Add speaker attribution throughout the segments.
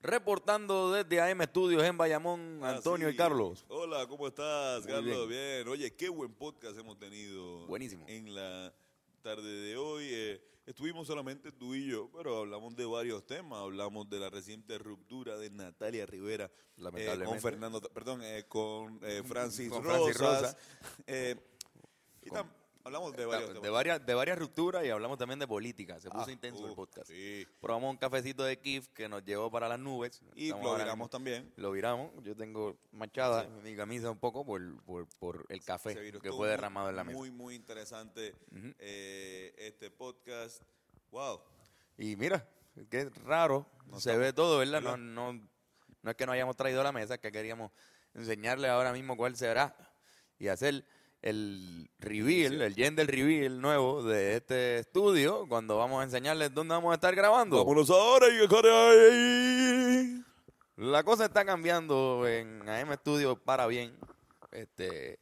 Speaker 1: Reportando desde AM Studios en Bayamón, Antonio
Speaker 2: Ah, sí.
Speaker 1: y Carlos.
Speaker 2: Hola, ¿cómo estás,
Speaker 1: Muy
Speaker 2: Carlos? Bien. Oye, qué buen podcast hemos tenido.
Speaker 1: Buenísimo.
Speaker 2: En la tarde de hoy eh, estuvimos solamente tú y yo, pero hablamos de varios temas. Hablamos de la reciente ruptura de Natalia Rivera eh,
Speaker 1: Lamentablemente.
Speaker 2: con Fernando, perdón, eh, con eh, Francis
Speaker 1: Con
Speaker 2: Rosas.
Speaker 1: Francis Rosa.
Speaker 2: Eh, y tam- hablamos de varios temas.
Speaker 1: De varias, de varias rupturas y hablamos también de política. Se puso
Speaker 2: Ah,
Speaker 1: intenso
Speaker 2: uh,
Speaker 1: el podcast.
Speaker 2: sí.
Speaker 1: Probamos un cafecito de Kif que nos llevó para las nubes.
Speaker 2: Y
Speaker 1: Estamos
Speaker 2: lo
Speaker 1: ahora
Speaker 2: viramos
Speaker 1: mismo-
Speaker 2: también.
Speaker 1: Lo viramos. Yo tengo manchada mi camisa un poco por, por, por el café
Speaker 2: Se viró.
Speaker 1: que
Speaker 2: Estuvo
Speaker 1: fue
Speaker 2: muy-
Speaker 1: derramado en la mesa.
Speaker 2: Muy, muy interesante eh, este podcast. Wow.
Speaker 1: Y mira, qué raro.
Speaker 2: No
Speaker 1: se
Speaker 2: está-
Speaker 1: ve todo, ¿verdad?
Speaker 2: ¿verdad?
Speaker 1: No, no, no es que no hayamos traído a la mesa, es que queríamos enseñarle ahora mismo cuál será y hacer el reveal, el gender reveal nuevo de este estudio cuando vamos a enseñarles dónde vamos a estar grabando.
Speaker 2: Vámonos ahora y ahí.
Speaker 1: La cosa está cambiando en AM Studio para bien. Este,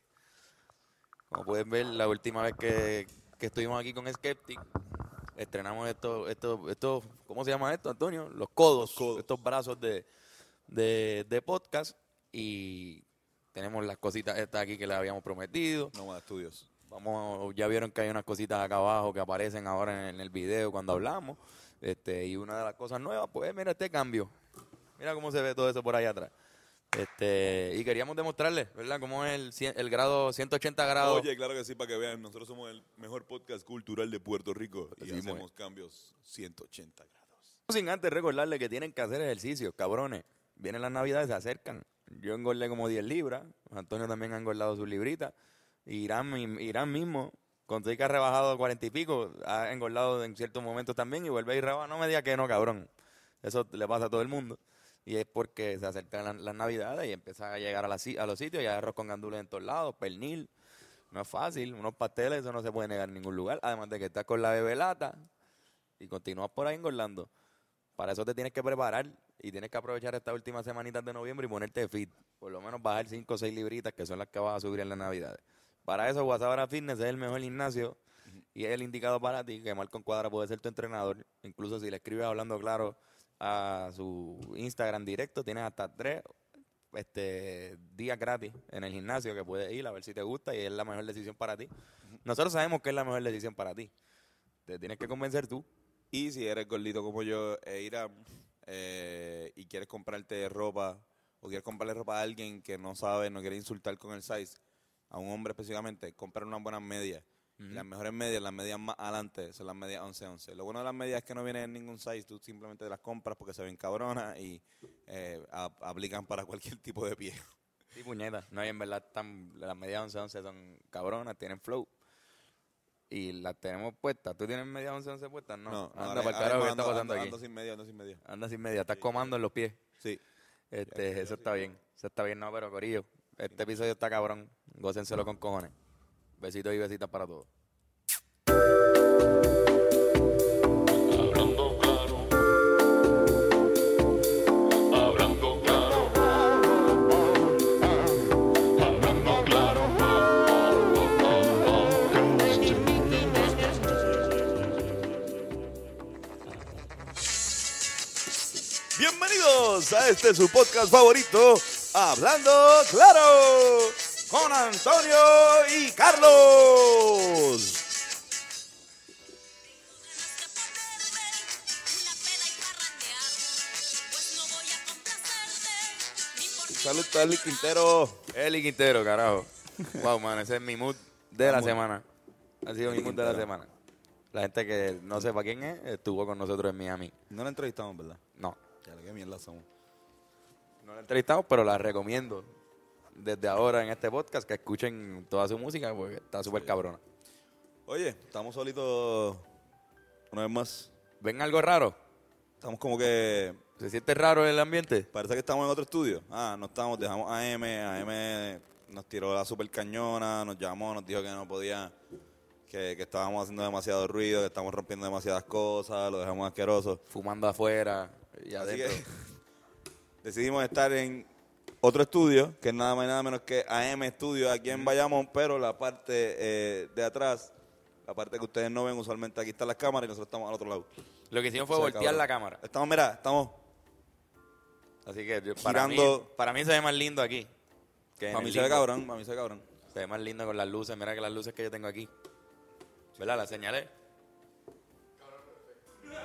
Speaker 1: como pueden ver, la última vez que, que estuvimos aquí con Skeptic, estrenamos estos, estos, estos, ¿cómo se llama esto, Antonio? Los codos,
Speaker 2: Los codos.
Speaker 1: estos brazos de, de, de podcast. Y tenemos las cositas estas aquí que les habíamos prometido.
Speaker 2: No más estudios.
Speaker 1: Vamos, ya vieron que hay unas cositas acá abajo que aparecen ahora en, el- en el video cuando hablamos. Este, y una de las cosas nuevas, pues mira este cambio. Mira cómo se ve todo eso por ahí atrás. Este, y queríamos demostrarles, ¿verdad? Cómo es el, cien- el grado 180 grados.
Speaker 2: Oye, claro que sí, para que vean, nosotros somos el mejor podcast cultural de Puerto Rico y
Speaker 1: Así mismo
Speaker 2: hacemos cambios 180 grados.
Speaker 1: Sin antes recordarles que tienen que hacer ejercicio, cabrones. Vienen las navidades, se acercan. Yo engordé como 10 libras. Antonio también ha engordado sus libritas. Irán, mi- Irán mismo, con seis que ha rebajado 40 y pico, ha engordado en ciertos momentos también y vuelve y reba. No me digas que no, cabrón. Eso le pasa a todo el mundo. Y es porque se acercan la- las navidades y empiezan a llegar a, las si- a los sitios y hay arroz con gandules en todos lados, pernil. No es fácil, unos pasteles, eso no se puede negar en ningún lugar. Además de que estás con la bebelata y continúas por ahí engordando. Para eso te tienes que preparar y tienes que aprovechar estas últimas semanitas de noviembre y ponerte fit. Por lo menos bajar 5 o 6 libritas, que son las que vas a subir en las navidades. Para eso, Guasabara Fitness es el mejor gimnasio y es el indicado para ti, que Marco Cuadra puede ser tu entrenador. Incluso si le escribes hablando claro a su Instagram directo, tienes hasta tres este, días gratis en el gimnasio que puedes ir a ver si te gusta y es la mejor decisión para ti. Nosotros sabemos que es la mejor decisión para ti. Te tienes que convencer tú.
Speaker 2: Y si eres gordito como yo, eh, Irán, eh, y quieres comprarte ropa o quieres comprarle ropa a alguien que no sabe, no quiere insultar con el size, a un hombre específicamente, comprar unas buenas medias. Y Las mejores medias, las medias más adelante, son las medias 11-11. Lo bueno de las medias es que no vienen en ningún size, tú simplemente las compras porque se ven cabronas y eh, a- aplican para cualquier tipo de pie.
Speaker 1: Sí, puñeta. No, y en verdad están, las medias 11 11 son cabronas, tienen flow. Y las tenemos puestas. ¿Tú tienes medias 11 11 puestas? No. anda
Speaker 2: ahora-
Speaker 1: para el
Speaker 2: ahora
Speaker 1: carajo, ¿qué
Speaker 2: mismo
Speaker 1: está
Speaker 2: ando-
Speaker 1: pasando
Speaker 2: ando-
Speaker 1: aquí?
Speaker 2: Ando sin media, ando sin media.
Speaker 1: Anda sin media, estás comando en los pies.
Speaker 2: Sí.
Speaker 1: Este, eso está bien. Eso está bien, no, pero corillo. Este episodio está cabrón. Gócenselo con cojones. Besitos y besitas para todos.
Speaker 3: Hablando claro, hablando claro, hablando claro,
Speaker 2: Bienvenidos a este su podcast favorito, Hablando Claro, con Antonio y Carlos.
Speaker 4: Ganas de perderme una peda y parrandear, pues no voy a complacerte ni por ti.
Speaker 2: Salud, Tali Quintero.
Speaker 1: Eli Quintero, carajo. Wow, man, ese es mi mood de la
Speaker 2: Vamos.
Speaker 1: semana. Ha sido mi
Speaker 2: Eli
Speaker 1: mood de la
Speaker 2: Quintero.
Speaker 1: semana. La gente que no sepa quién es, estuvo con nosotros en Miami.
Speaker 2: No la entrevistamos, ¿verdad?
Speaker 1: No,
Speaker 2: Ya, qué mierda somos.
Speaker 1: No la entrevistamos, pero la recomiendo desde ahora en este podcast que escuchen toda su música porque está súper cabrona.
Speaker 2: Oye, estamos solitos una vez más.
Speaker 1: ¿Ven algo raro?
Speaker 2: Estamos como que...
Speaker 1: ¿Se siente raro el ambiente?
Speaker 2: Parece que estamos en otro estudio. Ah, no estamos, dejamos a AM, AM nos tiró la super cañona, nos llamó, nos dijo que no podía, que, que estábamos haciendo demasiado ruido, que estamos rompiendo demasiadas cosas, lo dejamos asqueroso.
Speaker 1: Fumando afuera y
Speaker 2: Así
Speaker 1: adentro.
Speaker 2: que decidimos estar en otro estudio, que es nada más y nada menos que AM Studio aquí en Bayamón, pero la parte eh, de atrás, la parte que ustedes no ven, usualmente aquí están las cámaras y nosotros estamos al otro lado.
Speaker 1: Lo que hicimos fue
Speaker 2: O sea,
Speaker 1: voltear
Speaker 2: cabrón.
Speaker 1: la cámara.
Speaker 2: Estamos, mira, estamos
Speaker 1: Así que yo- para, mí,
Speaker 2: Girando.
Speaker 1: para mí se ve más lindo aquí. que en
Speaker 2: Para
Speaker 1: el
Speaker 2: mí se ve
Speaker 1: limbo.
Speaker 2: cabrón, para mí se ve cabrón.
Speaker 1: Se ve más lindo con las luces. Mira que las luces que yo tengo aquí. ¿Verdad? Las señalé.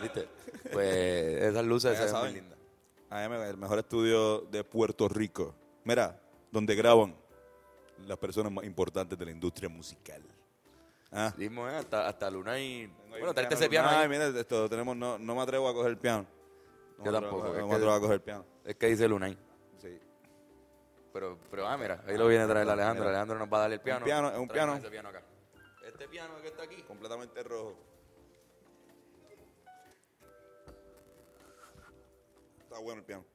Speaker 1: ¿Viste? Pues esas luces se
Speaker 2: Ya
Speaker 1: ven muy
Speaker 2: saben,
Speaker 1: lindas.
Speaker 2: AM, el mejor estudio de Puerto Rico. Mira, donde graban las personas más importantes de la industria musical. Ah.
Speaker 1: Mismo, ¿eh? hasta, hasta Luna y... Bueno,
Speaker 2: Ahí,
Speaker 1: tráete ese piano
Speaker 2: Ay,
Speaker 1: ahí.
Speaker 2: mira, esto tenemos, no, no me atrevo a coger el piano. No
Speaker 1: Yo
Speaker 2: me atrevo a
Speaker 1: tampoco,
Speaker 2: coger-
Speaker 1: es
Speaker 2: No
Speaker 1: que-
Speaker 2: me atrevo a coger el piano.
Speaker 1: Es que dice Lunay.
Speaker 2: Sí.
Speaker 1: Pero, pero ah, mira, ahí lo viene a traer Alejandro.
Speaker 2: Mira.
Speaker 1: Alejandro nos va a dar el piano.
Speaker 2: piano, es un
Speaker 1: Tráeme
Speaker 2: piano.
Speaker 1: ese acá. Este piano que está aquí.
Speaker 2: Completamente rojo. Está bueno el piano.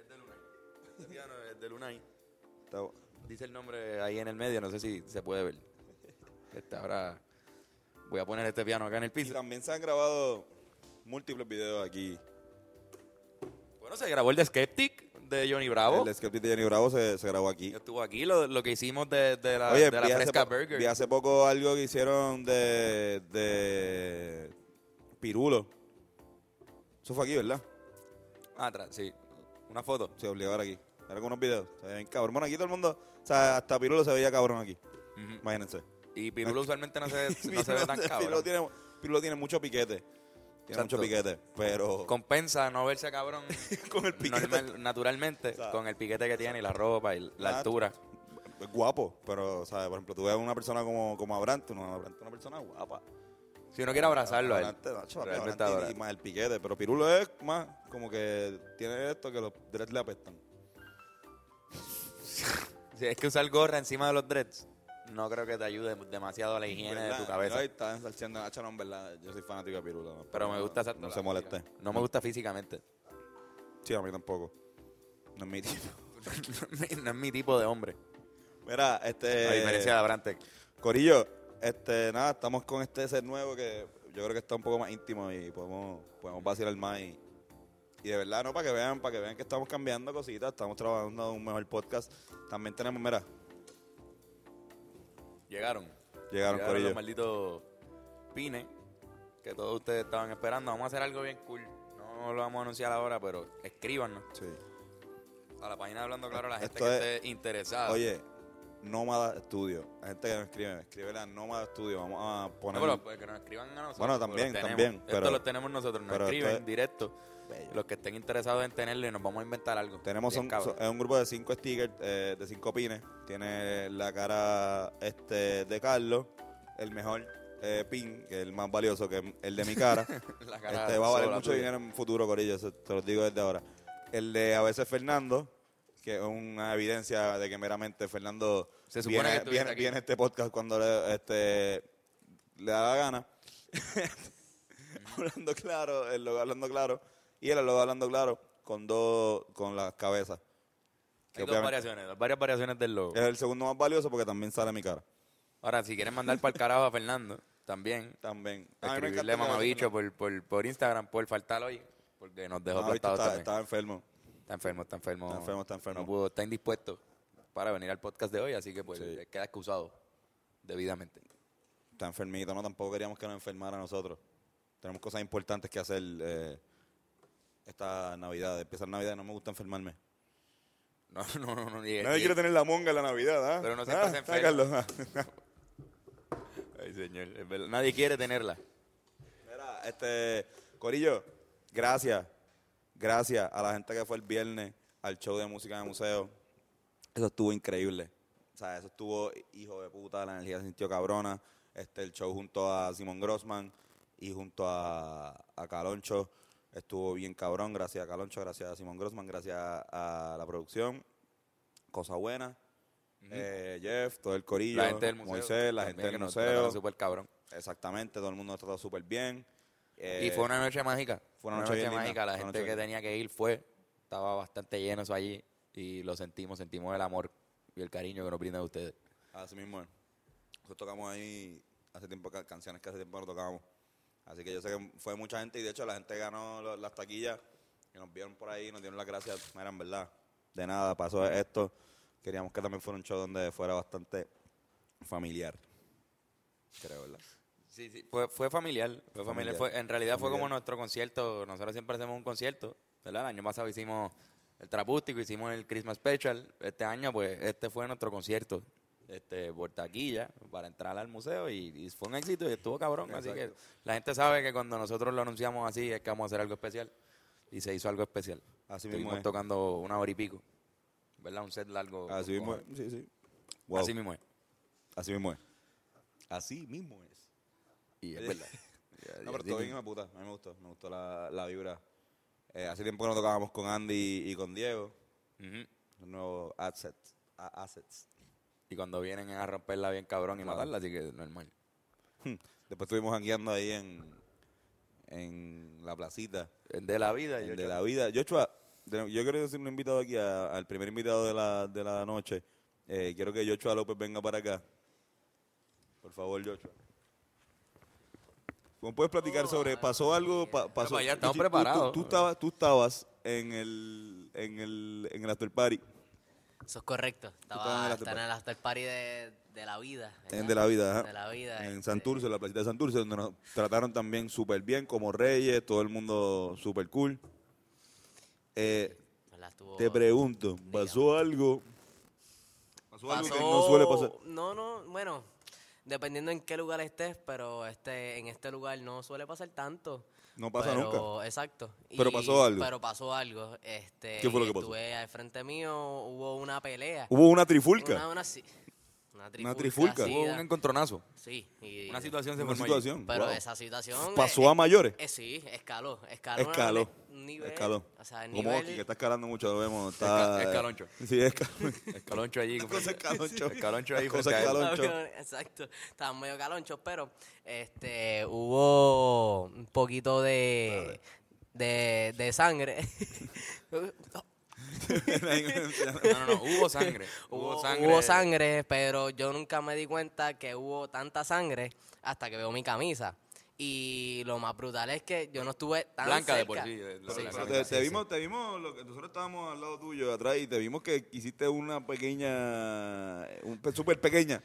Speaker 1: Es de Lunay. Este piano es de Lunay.
Speaker 2: Está bu-
Speaker 1: Dice el nombre ahí en el medio, no sé si se puede ver. Este, ahora voy a poner este piano acá en el
Speaker 2: Y
Speaker 1: piso.
Speaker 2: también se han grabado múltiples videos aquí.
Speaker 1: Bueno, se grabó el de Skeptic de Johnny Bravo.
Speaker 2: El sketch de Jenny Bravo se, se grabó aquí.
Speaker 1: Estuvo aquí lo, lo que hicimos de, de la,
Speaker 2: Oye,
Speaker 1: de la
Speaker 2: vi, hace
Speaker 1: Fresca
Speaker 2: po-
Speaker 1: Burger.
Speaker 2: vi hace poco algo que hicieron de, de Pirulo. Eso fue aquí, ¿verdad?
Speaker 1: Ah, atrás, sí. Una foto.
Speaker 2: Se obligó ahora aquí. Era con unos videos. Se veían cabrón. Bueno, aquí todo el mundo, o sea, hasta Pirulo se veía cabrón aquí.
Speaker 1: Ujú.
Speaker 2: Imagínense.
Speaker 1: Y Pirulo usualmente no se, no se ve
Speaker 2: Pirulo-
Speaker 1: tan
Speaker 2: Pirulo
Speaker 1: cabrón.
Speaker 2: tiene, Pirulo tiene mucho piquete. Tiene
Speaker 1: Exacto.
Speaker 2: mucho piquete, pero...
Speaker 1: Compensa no verse cabrón
Speaker 2: Con el piquete.
Speaker 1: normal- naturalmente
Speaker 2: sea.
Speaker 1: con el piquete que tiene y la ropa y la
Speaker 2: Ah,
Speaker 1: altura.
Speaker 2: es guapo, pero, o sea, por ejemplo, tú ves a una persona como, como Abrante, no, Abrante es una persona guapa.
Speaker 1: Si uno quiere
Speaker 2: Ah,
Speaker 1: abrazarlo a él.
Speaker 2: Abrante, no, chaval,
Speaker 1: realmente
Speaker 2: Abrante
Speaker 1: adora.
Speaker 2: y más el piquete, pero Pirulo es más como que tiene esto que los dreads le apestan.
Speaker 1: Si es que usar gorra encima de los dreads, no creo que te ayude demasiado a la higiene
Speaker 2: ¿Verdad?
Speaker 1: de tu cabeza.
Speaker 2: Ahí está ensalciendo, Nacho, no, en verdad, yo soy fanático de Pirulo. no,
Speaker 1: pero me gusta
Speaker 2: no,
Speaker 1: esa-
Speaker 2: No se moleste.
Speaker 1: No me gusta físicamente.
Speaker 2: Sí, a mí tampoco. No es mi tipo.
Speaker 1: no es mi tipo de hombre.
Speaker 2: Mira, este...
Speaker 1: a diferencia de Abrante.
Speaker 2: Corillo, este, nada, estamos con este set nuevo que yo creo que está un poco más íntimo y podemos, podemos vacilar más y, y de verdad, no, para que vean, para que vean que estamos cambiando cositas, estamos trabajando en un mejor podcast. También tenemos, mira,
Speaker 1: Llegaron.
Speaker 2: llegaron,
Speaker 1: Llegaron los
Speaker 2: Corillo.
Speaker 1: malditos pines que todos ustedes estaban esperando. Vamos a hacer algo bien cool. No lo vamos a anunciar ahora, pero escríbanos.
Speaker 2: Sí.
Speaker 1: A la página de Hablando Claro, a la gente
Speaker 2: Esto
Speaker 1: que
Speaker 2: es-
Speaker 1: esté interesada.
Speaker 2: Oye, Nómada Studio. La gente que nos escribe, escribe la Nómada Studio. Vamos a
Speaker 1: No,
Speaker 2: poner.
Speaker 1: pero, pues, que nos escriban a nosotros.
Speaker 2: Bueno,
Speaker 1: porque
Speaker 2: también,
Speaker 1: los tenemos.
Speaker 2: también,
Speaker 1: Esto
Speaker 2: pero-
Speaker 1: lo tenemos nosotros. Nos
Speaker 2: pero esto
Speaker 1: escriben
Speaker 2: es-
Speaker 1: directo.
Speaker 2: Bello.
Speaker 1: Los que estén interesados en tenerlo y nos vamos a inventar algo.
Speaker 2: Tenemos
Speaker 1: Bien
Speaker 2: un,
Speaker 1: cabrón.
Speaker 2: so- es un grupo de cinco stickers, eh, de cinco pines. Tiene la cara este de Carlos, el mejor eh, pin, que es el más valioso, que es el de mi cara.
Speaker 1: La cara
Speaker 2: este va a valer
Speaker 1: sola
Speaker 2: mucho
Speaker 1: tuya.
Speaker 2: dinero en un futuro, Corillo, eso te lo digo desde ahora. El de a veces Fernando, que es una evidencia de que meramente Fernando
Speaker 1: Se supone que
Speaker 2: viene,
Speaker 1: estuviste
Speaker 2: viene-
Speaker 1: aquí.
Speaker 2: viene a este podcast cuando le, este, le da la gana. hablando claro, el logo hablando claro, y el logo hablando claro con dos, con las cabezas.
Speaker 1: Hay
Speaker 2: Que
Speaker 1: dos
Speaker 2: obviamente
Speaker 1: variaciones, dos varias variaciones del logo.
Speaker 2: es el segundo más valioso porque también sale mi cara.
Speaker 1: Ahora, si quieren mandar para el carajo a Fernando, también.
Speaker 2: También. A mí me
Speaker 1: Escribirle
Speaker 2: encanta que-
Speaker 1: mamabicho por, por, por Instagram, por faltar hoy, porque nos dejó
Speaker 2: Mamabicho
Speaker 1: aplastados
Speaker 2: está,
Speaker 1: también.
Speaker 2: está enfermo.
Speaker 1: Está enfermo, está enfermo.
Speaker 2: Está enfermo, está enfermo.
Speaker 1: No pudo, está indispuesto para venir al podcast de hoy, así que pues
Speaker 2: Sí.
Speaker 1: queda excusado debidamente.
Speaker 2: Está enfermito, no, tampoco queríamos que nos enfermara a nosotros. Tenemos cosas importantes que hacer eh, esta Navidad. Empieza la Navidad, no me gusta enfermarme.
Speaker 1: No, no, no, no. y-
Speaker 2: Nadie
Speaker 1: y-
Speaker 2: quiere tener la monga en la Navidad, ¿ah?
Speaker 1: Eh, Pero no siempre
Speaker 2: Ah,
Speaker 1: se
Speaker 2: ah,
Speaker 1: enferma.
Speaker 2: Carlos, ah.
Speaker 1: Ay, señor, es verdad, Nadie quiere tenerla.
Speaker 2: Mira, este, Corillo, gracias. Gracias a la gente que fue el viernes al show de música en el museo. Eso estuvo increíble. O sea, eso estuvo hijo de puta, la energía se sintió cabrona. Este, el show junto a Simón Grossman y junto a, a Caloncho estuvo bien cabrón. Gracias a Caloncho, gracias a Simón Grossman, gracias a, la producción. Cosa buena. Eh, Jeff, todo el corillo,
Speaker 1: La gente del museo.
Speaker 2: Moisés,
Speaker 1: también,
Speaker 2: la gente del
Speaker 1: que nos
Speaker 2: museo.
Speaker 1: trataron súper cabrón.
Speaker 2: Exactamente, todo el mundo nos trató súper bien.
Speaker 1: y
Speaker 2: Eh,
Speaker 1: fue una noche mágica.
Speaker 2: fue una noche bien linda,
Speaker 1: mágica. La
Speaker 2: fue una
Speaker 1: gente
Speaker 2: noche
Speaker 1: que
Speaker 2: bien
Speaker 1: tenía que ir fue. Estaba bastante lleno eso allí. Y lo sentimos, sentimos el amor y el cariño que nos brindan ustedes.
Speaker 2: Así mismo es. Nosotros tocamos ahí hace tiempo ca- canciones que hace tiempo no tocábamos. Así que yo sé que fue mucha gente y de hecho la gente ganó lo- las taquillas y nos vieron por ahí, nos dieron las gracias. Mira, en verdad, de nada, pasó esto. Queríamos que también fuera un show donde fuera bastante familiar. Creo, ¿verdad?
Speaker 1: Sí, sí, fue, fue familiar. Fue familiar.
Speaker 2: Familiar.
Speaker 1: Fue, en realidad fue como
Speaker 2: Familiar.
Speaker 1: nuestro concierto. Nosotros siempre hacemos un concierto, ¿verdad? El año pasado hicimos el Trapústico, hicimos el Christmas Special. Este año, pues, este fue nuestro concierto. Este, por taquilla, para entrar al museo y, y fue un éxito y estuvo cabrón. Así que la gente sabe que cuando nosotros lo anunciamos así es que vamos a hacer algo especial. Y se hizo algo especial.
Speaker 2: Así mismo
Speaker 1: Estuvimos
Speaker 2: es.
Speaker 1: tocando una hora y pico. ¿Verdad? Un set largo.
Speaker 2: Así mismo es. Sí, sí. Wow.
Speaker 1: Oh, Así mismo es.
Speaker 2: Así mismo es. Así mismo es.
Speaker 1: Y es
Speaker 2: Oye.
Speaker 1: verdad.
Speaker 2: No, pero todo bien, hijo de puta. A mí me gustó. Me gustó la, la vibra. Eh, hace tiempo que no tocábamos con Andy y con Diego.
Speaker 1: Ujú.
Speaker 2: Los nuevos assets. a- assets.
Speaker 1: Y cuando vienen es a romperla bien cabrón y
Speaker 2: Claro.
Speaker 1: matarla, así que normal.
Speaker 2: Después estuvimos jangueando ahí en, en la placita.
Speaker 1: El de la vida.
Speaker 2: El
Speaker 1: yo-
Speaker 2: de la vida. Joshua, de- yo quiero decirle un invitado aquí, a- al primer invitado de la, de la noche. Eh, quiero que Joshua López venga para acá. Por favor, Joshua. ¿Cómo puedes
Speaker 5: Oh,
Speaker 2: platicar sobre, pasó algo, Pa- pasó.
Speaker 1: para allá, estamos
Speaker 2: Tú- tú-
Speaker 1: preparados.
Speaker 2: Tú, estabas, tú estabas en el, en el, en el after party,
Speaker 5: Eso es correcto.
Speaker 2: estabas en el
Speaker 5: Estaba,
Speaker 2: after
Speaker 5: estaba en
Speaker 2: party.
Speaker 5: el after party de, de la vida.
Speaker 2: en
Speaker 5: ¿verdad?
Speaker 2: de la vida, ajá.
Speaker 5: De la vida.
Speaker 2: en
Speaker 5: este,
Speaker 2: Santurce, en la placita de Santurce, donde nos trataron también súper bien, como reyes, todo el mundo súper cool. Eh,
Speaker 5: ¿verdad? pues Estuvo-
Speaker 2: Te pregunto, ¿pasó algo? ¿Pasó, algo que no
Speaker 5: Pasó-
Speaker 2: suele pasar?
Speaker 5: No, no, bueno, dependiendo en qué lugar estés, pero este, en este lugar no suele pasar tanto.
Speaker 2: No pasa
Speaker 5: pero,
Speaker 2: nunca.
Speaker 5: Exacto.
Speaker 2: Pero pasó algo.
Speaker 5: Pero pasó algo. Este,
Speaker 2: ¿Qué fue lo
Speaker 5: y
Speaker 2: que pasó?
Speaker 5: Estuve al frente mío, hubo una pelea.
Speaker 2: Hubo una trifulca,
Speaker 5: Una, una, sí, una trifulca.
Speaker 2: trifulca.
Speaker 5: sí,
Speaker 1: Hubo
Speaker 5: da-
Speaker 1: un encontronazo.
Speaker 5: sí, y-
Speaker 1: Una situación se
Speaker 2: una
Speaker 1: formó allí.
Speaker 2: situación.
Speaker 5: Pero
Speaker 2: wow.
Speaker 5: esa situación...
Speaker 2: ¿Pasó
Speaker 5: eh,
Speaker 2: a mayores?
Speaker 5: eh, sí, escaló, escaló. a
Speaker 2: Escaló.
Speaker 5: un nivel-
Speaker 2: Escaló.
Speaker 5: O sea, el
Speaker 2: Como
Speaker 5: nivel...
Speaker 2: Oki, que está escalando mucho, lo vemos. Está,
Speaker 1: Esca- escaloncho.
Speaker 2: Sí, escaloncho.
Speaker 1: Escaloncho allí.
Speaker 2: cosa escaloncho.
Speaker 1: Escaloncho ahí.
Speaker 2: Las cosas
Speaker 1: frente a él.
Speaker 2: escaloncho.
Speaker 5: Estaban medio- Exacto, estaban medio calonchos, pero este hubo un poquito de de, de sangre.
Speaker 1: No, no, no. Hubo sangre.
Speaker 5: hubo,
Speaker 1: hubo sangre.
Speaker 5: hubo sangre, pero yo nunca me di cuenta que hubo tanta sangre hasta que veo mi camisa. Y lo más brutal es que yo no estuve tan
Speaker 1: Blanca de por
Speaker 5: cerca.
Speaker 1: sí, de- de
Speaker 5: Sí,
Speaker 1: la
Speaker 5: sí,
Speaker 2: Pero
Speaker 1: camisa.
Speaker 2: te,
Speaker 5: sí,
Speaker 2: te
Speaker 5: sí.
Speaker 2: vimos, te vimos lo que- nosotros estábamos al lado tuyo atrás y te vimos que hiciste una pequeña, un, pe- súper pequeña,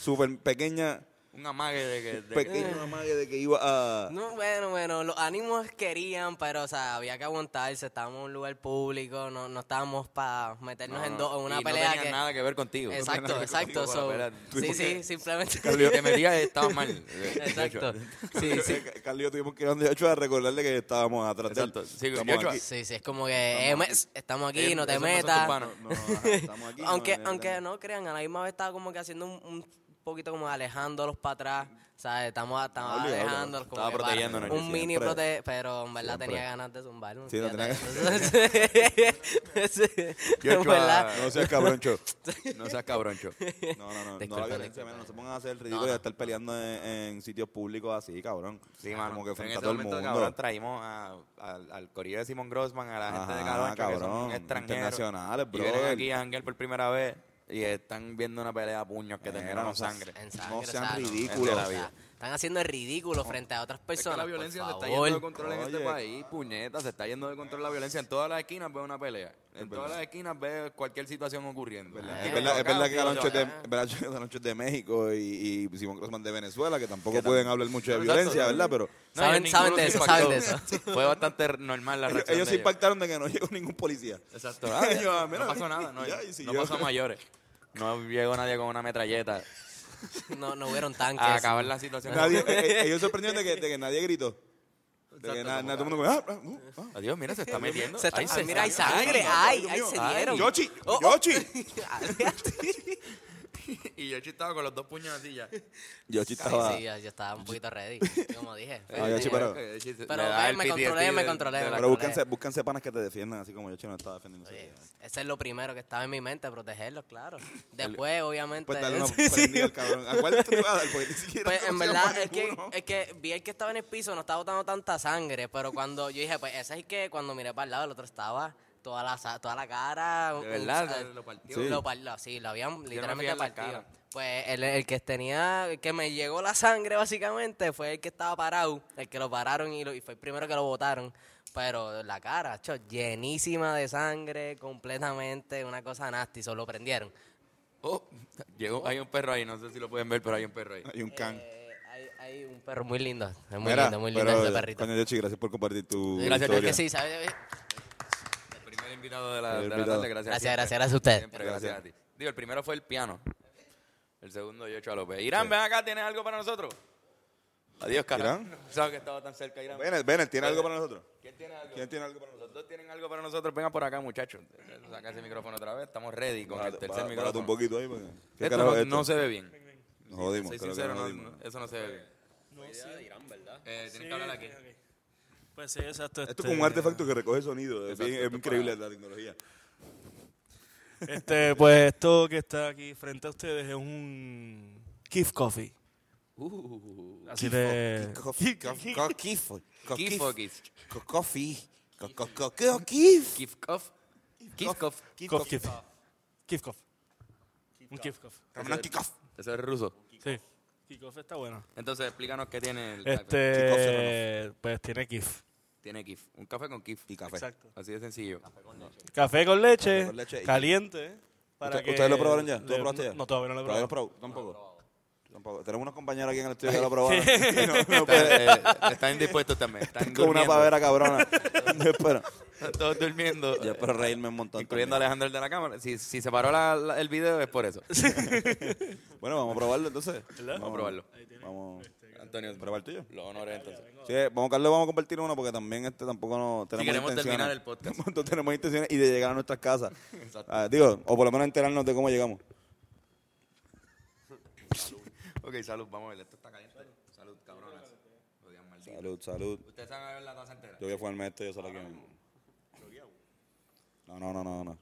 Speaker 2: súper pequeña,
Speaker 1: Un amague de que... de-
Speaker 5: Eh.
Speaker 2: pequeño amague de que iba a...
Speaker 5: No, bueno, bueno, los ánimos querían, pero o sea, había que aguantarse, estábamos en un lugar público, no, no estábamos para meternos en, dos- en una
Speaker 1: y
Speaker 5: pelea
Speaker 1: no tenía
Speaker 5: que...
Speaker 1: nada que ver contigo.
Speaker 5: Exacto,
Speaker 1: No tenía nada que ver
Speaker 5: exacto.
Speaker 1: contigo
Speaker 5: so-
Speaker 1: para la pelea.
Speaker 5: sí, sí, simplemente.
Speaker 1: Si te metías, estabas mal.
Speaker 5: exacto. Sí, sí.
Speaker 2: Eh, Carlos y yo tuvimos que ir donde hecho a recordarle que estábamos atrás de él.
Speaker 1: Exacto. Sí,
Speaker 2: Estamos
Speaker 1: Yochoa.
Speaker 2: aquí.
Speaker 5: Sí, sí, es como que eh, me- estamos aquí, no te
Speaker 1: Esos son tus
Speaker 5: metas.
Speaker 1: panos.
Speaker 2: No, ajá, estamos aquí,
Speaker 5: aunque
Speaker 2: no,
Speaker 5: aunque no crean, a la misma vez estaba como que haciendo un, un poquito como alejándolos para atrás. ¿Sabes? Estamos, estamos
Speaker 2: Obligado,
Speaker 5: alejándonos. como
Speaker 1: estaba
Speaker 5: que para-
Speaker 1: protegiéndonos,
Speaker 5: Un
Speaker 2: siempre.
Speaker 5: mini prote, pero en verdad
Speaker 2: Siempre.
Speaker 5: tenía ganas de zumbar.
Speaker 2: Sí, no tenía
Speaker 1: Yo,
Speaker 5: En verdad.
Speaker 2: No seas cabroncho.
Speaker 1: No seas cabroncho.
Speaker 2: No, no, no. No, la
Speaker 5: Disculpa,
Speaker 2: violencia,
Speaker 5: disculpa.
Speaker 2: mano, no se pongan a hacer ridículo y a estar peleando en, en sitios públicos así, cabrón.
Speaker 1: Sí, mano.
Speaker 2: Como que
Speaker 1: en
Speaker 2: frente a
Speaker 1: ese
Speaker 2: todo el
Speaker 1: momento,
Speaker 2: mundo.
Speaker 1: cabrón, traímos a- al, al corillo de Simon Grossman, a la gente de
Speaker 2: Ajá,
Speaker 1: Caloncho, que
Speaker 2: cabrón,
Speaker 1: son extranjeros.
Speaker 2: internacionales,
Speaker 1: Y vienen
Speaker 2: brother.
Speaker 1: aquí a janguear por primera vez y están viendo una pelea a puños que
Speaker 2: Mira,
Speaker 1: terminaron
Speaker 2: no
Speaker 1: con
Speaker 2: seas-
Speaker 1: sangre.
Speaker 5: En
Speaker 2: No
Speaker 5: sangre,
Speaker 2: sean
Speaker 5: o sea,
Speaker 2: ridículos.
Speaker 5: o sea, están haciendo el ridículo frente a otras personas. por favor.
Speaker 1: control
Speaker 2: en este Oye.
Speaker 1: país, puñeta. Se está yendo de control la violencia. En todas las esquinas ve una pelea. En
Speaker 2: verdad.
Speaker 1: las esquinas ve cualquier situación ocurriendo.
Speaker 2: Es verdad, es verdad que Galoncho es, de-
Speaker 1: eh.
Speaker 2: es verdad que Galoncho es de México y, y Simón Crossman de Venezuela, que tampoco pueden hablar mucho de
Speaker 1: Exacto,
Speaker 2: violencia,
Speaker 1: sí.
Speaker 2: ¿verdad? Pero
Speaker 5: Saben-
Speaker 1: y
Speaker 5: saben
Speaker 1: ninguno
Speaker 5: de
Speaker 1: se
Speaker 5: eso, saben
Speaker 1: impactó. Fue bastante normal la
Speaker 2: ellos,
Speaker 1: reacción
Speaker 2: ellos
Speaker 1: de
Speaker 2: se impactaron de que no llegó ningún policía.
Speaker 1: Exacto.
Speaker 2: Ah,
Speaker 1: Ah,
Speaker 2: yo,
Speaker 1: ya,
Speaker 2: mira,
Speaker 1: no pasó nada, no,
Speaker 2: ya, y si
Speaker 1: no
Speaker 2: yo-
Speaker 1: pasó a mayores. No llegó nadie con una metralleta
Speaker 5: No, no hubieron tanques.
Speaker 1: a acabar la situación.
Speaker 2: Nadie, eh, eh, ellos sorprendieron de que, de que nadie gritó. De que
Speaker 1: Exacto,
Speaker 2: na-
Speaker 1: como
Speaker 2: na- todo el mundo. ah, ah, uh, ah.
Speaker 1: Adiós, mira, se está metiendo.
Speaker 5: Se está-
Speaker 1: Ay,
Speaker 5: mira, hay
Speaker 1: está-
Speaker 5: sangre.
Speaker 2: Ay,
Speaker 5: Ay,
Speaker 2: Dios
Speaker 5: ay,
Speaker 2: mío,
Speaker 5: se
Speaker 2: ay.
Speaker 5: dieron.
Speaker 2: Yoshi,
Speaker 5: Oh, oh.
Speaker 2: Yoshi.
Speaker 1: Y yo chistaba con los dos puños así ya.
Speaker 2: Yoshi estaba.
Speaker 5: Sí, sí, yo, yo estaba un poquito ready, como dije.
Speaker 2: Ah, Yoshi, pero-
Speaker 1: Eh, Le
Speaker 5: Pero
Speaker 1: da
Speaker 5: ve,
Speaker 1: el
Speaker 5: me
Speaker 1: PTSD
Speaker 5: controlé, me
Speaker 1: de-
Speaker 5: controlé,
Speaker 1: de la-
Speaker 5: me
Speaker 2: Pero
Speaker 5: controlé.
Speaker 2: búscanse, búscanse panas que te defiendan, así como Yoshi no estaba defendiendo.
Speaker 5: Oye, Eh, Ese es lo primero que estaba en mi mente, protegerlos, claro. Después, obviamente...
Speaker 2: Pues dale una
Speaker 5: Sí, sí.
Speaker 2: prendida al cabrón. ¿A cuál te vas a dar? Porque ni siquiera
Speaker 5: Pues en
Speaker 2: conocemos
Speaker 5: verdad
Speaker 2: a
Speaker 5: es que,
Speaker 2: ninguno.
Speaker 5: es que vi el que estaba en el piso, no estaba botando tanta sangre, pero cuando yo dije, pues ese es el que cuando miré para el lado, el otro estaba toda la, sa- toda la cara.
Speaker 1: De
Speaker 5: un-
Speaker 1: verdad,
Speaker 5: un-
Speaker 1: lo partió.
Speaker 5: Sí. Lo, par- lo- sí, lo habían literalmente
Speaker 1: en la
Speaker 5: partido.
Speaker 1: cara.
Speaker 5: Pues el, el que tenía, el que me llegó la sangre básicamente fue el que estaba parado, el que lo pararon y, lo- y fue el primero que lo botaron. Pero la cara, cho, llenísima de sangre, completamente, una cosa nasty, solo lo prendieron.
Speaker 1: Oh, llegó, hay un perro ahí, no sé si lo pueden ver, pero hay un perro ahí.
Speaker 2: Hay un can.
Speaker 5: Eh, hay, hay un perro muy lindo, es muy
Speaker 2: Mira,
Speaker 5: lindo, muy lindo
Speaker 2: pero,
Speaker 5: ese perrito.
Speaker 2: Coño, Yoshi, gracias por compartir tu
Speaker 6: eh,
Speaker 1: Gracias,
Speaker 2: historia.
Speaker 5: Porque sí, ¿sabes?
Speaker 1: El primer el invitado de la,
Speaker 2: El
Speaker 1: de la
Speaker 2: invitado.
Speaker 1: tarde. Gracias,
Speaker 5: Gracias,
Speaker 1: siempre.
Speaker 5: gracias, gracias a usted.
Speaker 1: Siempre, gracias a ti. Digo, el primero fue el piano. El segundo, yo, a López. Irán, ven acá, ¿tienes algo para nosotros? Adiós, carajo.
Speaker 2: Irán.
Speaker 1: Sabes que estaba tan cerca, Irán.
Speaker 2: Bennett, Bennett, ¿tiene algo para nosotros?
Speaker 1: ¿Quién tiene algo?
Speaker 2: ¿Quién tiene algo para nosotros?
Speaker 1: Los dos tienen algo para nosotros. Venga por acá, muchachos. Saca ese micrófono otra vez. Estamos ready con el
Speaker 2: Bájate-
Speaker 1: tercer
Speaker 2: bájate
Speaker 1: micrófono.
Speaker 2: un poquito ahí. porque- ¿Qué
Speaker 1: Esto
Speaker 2: carajo
Speaker 1: no,
Speaker 2: es
Speaker 1: no se ve bien.
Speaker 2: Nos jodimos.
Speaker 1: Soy
Speaker 2: creo que
Speaker 1: sincero,
Speaker 2: nos
Speaker 1: no-
Speaker 2: jodimos.
Speaker 1: no- eso no se ve bien. Eh, tienes que hablar aquí.
Speaker 7: Pues sí,
Speaker 2: Esto
Speaker 7: exacto.
Speaker 2: es
Speaker 7: este,
Speaker 2: como un artefacto que recoge sonido. Es,
Speaker 1: Exacto,
Speaker 2: bien- es
Speaker 1: esto es
Speaker 2: increíble la tecnología.
Speaker 7: Este, pues esto que está aquí frente a ustedes es un Kif Coffee.
Speaker 1: Uh,
Speaker 7: Así de...
Speaker 1: Kifokis. Kifkov. Kifkov.
Speaker 7: Kif Kif. Kif Coffee. Un Kif Coffee.
Speaker 1: Eso es ruso.
Speaker 7: Sí. Kif Coffee está bueno.
Speaker 1: Entonces, explícanos qué tiene el café.
Speaker 7: Este, pues tiene Kif.
Speaker 1: Tiene Kif. Un café con Kif. Y café.
Speaker 7: Exacto.
Speaker 1: Así de sencillo.
Speaker 7: Café con leche,
Speaker 2: Café con leche y-
Speaker 7: caliente. para
Speaker 2: ¿Usted-
Speaker 7: que-
Speaker 2: ¿Ustedes lo probaron ya? ¿Tú
Speaker 7: le-
Speaker 2: lo probaste ya?
Speaker 7: No, todavía no lo he probado.
Speaker 2: probado? Tampoco. Tampoco. Tenemos unos compañeros aquí en el estudio que lo probaron. Y no- no pueden-
Speaker 1: Eh, están indispuestos también. Están
Speaker 2: Con una
Speaker 1: durmiendo.
Speaker 2: pavera cabrona. No espero.
Speaker 1: Todos durmiendo.
Speaker 2: Yo espero reírme un montón.
Speaker 1: Incluyendo a
Speaker 2: también.
Speaker 1: Alejandro el de la cámara. Si, si se paró la- la- el video es por eso.
Speaker 2: Bueno, vamos a probarlo entonces.
Speaker 1: Vamos a probarlo.
Speaker 2: Vamos
Speaker 1: Antonio,
Speaker 2: a probar el tuyo.
Speaker 1: los honores entonces.
Speaker 2: Sí, vamos, Carlos, vamos a compartir uno porque también este tampoco no tenemos
Speaker 1: queremos
Speaker 2: intenciones.
Speaker 1: terminar el podcast.
Speaker 2: No tenemos intenciones y de llegar a nuestras casas. Ah, digo, o por lo menos enterarnos de cómo llegamos.
Speaker 1: Ok, salud, vamos a ver. Esto está caliente. Salud, cabrones. Odian malditos.
Speaker 2: Salud, salud.
Speaker 1: Ustedes van a ver la taza entera.
Speaker 2: Yo voy a fumarme esto y yo solo aquí. No, no, no, no, no.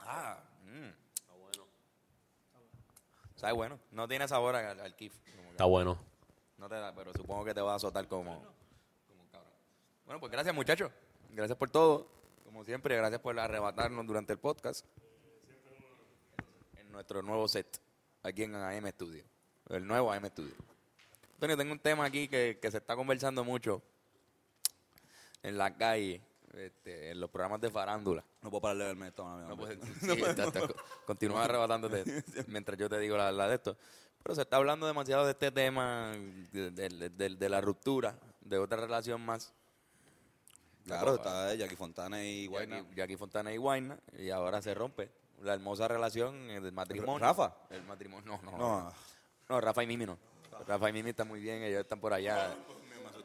Speaker 1: Ah, mm. Sabe bueno. No tiene sabor al, al kif. Como que
Speaker 8: Está bueno.
Speaker 1: No te da, pero supongo que te va a azotar como, como un cabrón. Bueno, pues gracias, muchachos. Gracias por todo. Como siempre, gracias por arrebatarnos durante el podcast. En nuestro nuevo set, aquí en AM Studio. El nuevo AM Studio. Antonio, tengo un tema aquí que, que se está conversando mucho en la calle, este, en los programas de farándula.
Speaker 2: No puedo parar de verme esto. No,
Speaker 1: No puedes- Ah, sí, está- está- continúa arrebatándote mientras yo te digo la, la de esto. Pero se está hablando demasiado de este tema, de, de- de- de la ruptura, de otra relación más.
Speaker 2: Claro, está Jackie Fontana y Guayna.
Speaker 1: Jackie, Jackie Fontana y Wayna, y ahora se rompe la hermosa relación eh, del matrimonio.
Speaker 2: ¿Rafa?
Speaker 1: El matrimonio, no, no.
Speaker 2: No.
Speaker 1: No, Rafa y Mimi no. Rafa y Mimi están muy bien, ellos están por allá.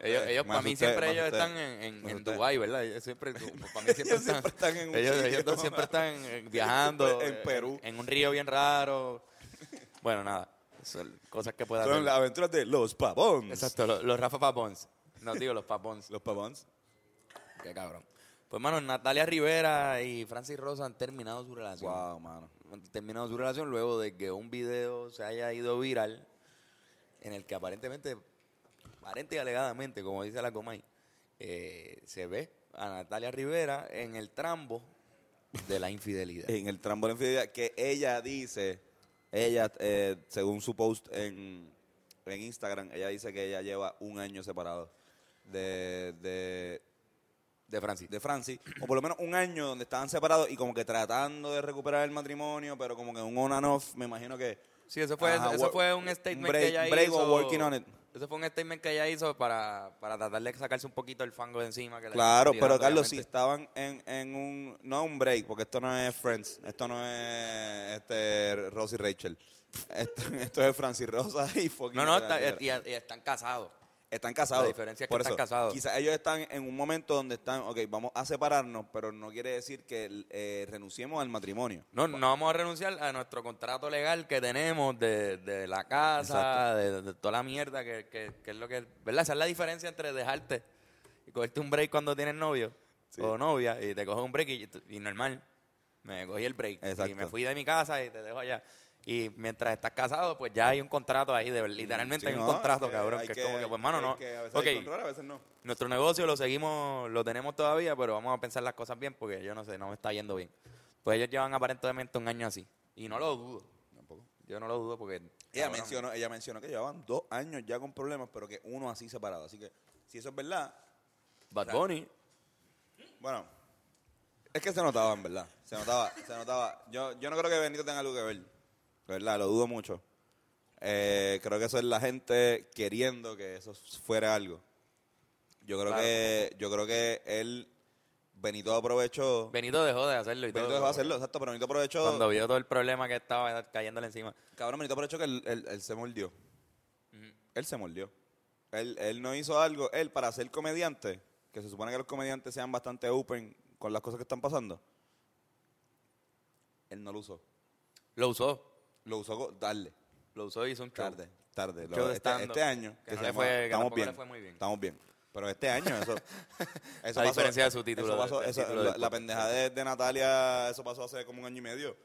Speaker 1: Ellos, ellos
Speaker 2: pues, Me
Speaker 1: para mí
Speaker 2: asusté,
Speaker 1: siempre
Speaker 2: me
Speaker 1: ellos
Speaker 2: asusté.
Speaker 1: están en, en,
Speaker 2: Me
Speaker 1: en
Speaker 2: asusté.
Speaker 1: Dubái, ¿verdad? Ellos siempre, para mí siempre están,
Speaker 2: Ellos siempre están en un
Speaker 1: ellos,
Speaker 2: sitio.
Speaker 1: ellos dos siempre están eh, viajando
Speaker 2: en
Speaker 1: eh,
Speaker 2: Perú.
Speaker 1: en un río bien raro. Bueno, nada, son cosas que pueda
Speaker 2: Son
Speaker 1: hacer.
Speaker 2: las aventuras de los pavons.
Speaker 1: Exacto, los, los Rafa Papons. No digo los Papons.
Speaker 2: Los pavons.
Speaker 1: Qué cabrón. Pues, hermano, Natalia Rivera y Francis Rosa han terminado su relación.
Speaker 2: Wow, mano.
Speaker 1: Han terminado su relación luego de que un video se haya ido viral en el que aparentemente, aparente y alegadamente, como dice la Comay, eh, se ve a Natalia Rivera en el trambo de la infidelidad.
Speaker 2: En el trambo de la infidelidad que ella dice, ella, eh, según su post en, en Instagram, ella dice que ella lleva un año separado de, de,
Speaker 1: de Francis.
Speaker 2: de Francis, o por lo menos un año donde estaban separados y como que tratando de recuperar el matrimonio, pero como que un on and off, me imagino que...
Speaker 1: Sí, eso fue,
Speaker 2: Ajá,
Speaker 1: eso
Speaker 2: wo-
Speaker 1: fue un statement
Speaker 2: break-
Speaker 1: que ella
Speaker 2: break
Speaker 1: hizo.
Speaker 2: or working on it.
Speaker 1: Eso fue un statement que ella hizo para, para tratar de sacarse un poquito el fango de encima. Que le
Speaker 2: Claro,
Speaker 1: habían
Speaker 2: pero
Speaker 1: tirado,
Speaker 2: Carlos, si
Speaker 1: obviamente.
Speaker 2: estaban en, en un... No un break, porque esto no es Friends, esto no es este, Ross y Rachel. Esto, esto es Francis Rosa y fucking
Speaker 1: No, no,
Speaker 2: Natalia
Speaker 1: está-
Speaker 2: Rivera.
Speaker 1: y- y- y están casados.
Speaker 2: Están casados.
Speaker 1: La diferencia es que
Speaker 2: Por
Speaker 1: están
Speaker 2: eso,
Speaker 1: casados.
Speaker 2: Quizás ellos están en un momento donde están, ok, vamos a separarnos, pero no quiere decir que eh, renunciemos al matrimonio.
Speaker 1: No, no vamos a renunciar a nuestro contrato legal que tenemos de, de la casa, de, de toda la mierda, que, que- que es lo que... ¿Verdad? Esa es la diferencia entre dejarte y cogerte un break cuando tienes novio o novia y te coges un break y, y normal. Me cogí el break y
Speaker 2: Exacto.
Speaker 1: me fui de mi casa y te dejo allá. Y mientras estás casado, pues ya hay un contrato ahí, de,
Speaker 2: Sí,
Speaker 1: literalmente hay un
Speaker 2: no,
Speaker 1: contrato,
Speaker 2: es que
Speaker 1: cabrón,
Speaker 2: hay
Speaker 1: que, es como que, pues, mano,
Speaker 2: hay
Speaker 1: no.
Speaker 2: que a veces
Speaker 1: Ok,
Speaker 2: hay control, a veces no.
Speaker 1: nuestro negocio lo seguimos, lo tenemos todavía, pero vamos a pensar las cosas bien porque yo no sé, no me está yendo bien. Pues ellos llevan aparentemente un año así. Y no lo dudo. Tampoco. Yo no lo dudo porque.
Speaker 2: Ella
Speaker 1: cabrón,
Speaker 2: mencionó, ella mencionó que llevaban dos años ya con problemas, pero que uno así separado. Así que, si eso es verdad,
Speaker 1: Bad Bunny.
Speaker 2: bueno, es que se notaba, en verdad. Se notaba, se notaba. Yo, yo no creo que Benito tenga algo que ver. De verdad, lo dudo mucho. Eh, creo que eso es la gente queriendo que eso fuera algo. Yo creo que yo creo que él Benito aprovechó
Speaker 1: Benito dejó de hacerlo y
Speaker 2: Benito
Speaker 1: todo.
Speaker 2: dejó de hacerlo, exacto, pero Benito aprovechó
Speaker 1: Cuando vio todo el problema que estaba cayéndole encima.
Speaker 2: Cabrón, Benito aprovechó que él, él- él se mordió. Él se mordió. Él, él no hizo algo. Él, para ser comediante, que se supone que los comediantes sean bastante open con las cosas que están pasando, él no lo usó.
Speaker 1: Lo usó.
Speaker 2: Lo usó go- darle.
Speaker 1: Lo usó y hizo un show.
Speaker 2: Tarde. Tarde. Lo-
Speaker 1: Show de
Speaker 2: este,
Speaker 1: stand-up.
Speaker 2: este año.
Speaker 1: Que no
Speaker 2: se
Speaker 1: le
Speaker 2: llama
Speaker 1: fue- que
Speaker 2: estamos
Speaker 1: tampoco le
Speaker 2: bien.
Speaker 1: fue muy bien.
Speaker 2: Estamos bien. Pero este año, eso. eso
Speaker 1: A diferencia de su título
Speaker 2: Eso
Speaker 1: de-
Speaker 2: pasó,
Speaker 1: del
Speaker 2: eso-
Speaker 1: título
Speaker 2: la,
Speaker 1: del
Speaker 2: la
Speaker 1: podcast.
Speaker 2: pendeja de, de Natalia, eso pasó hace como un año y medio.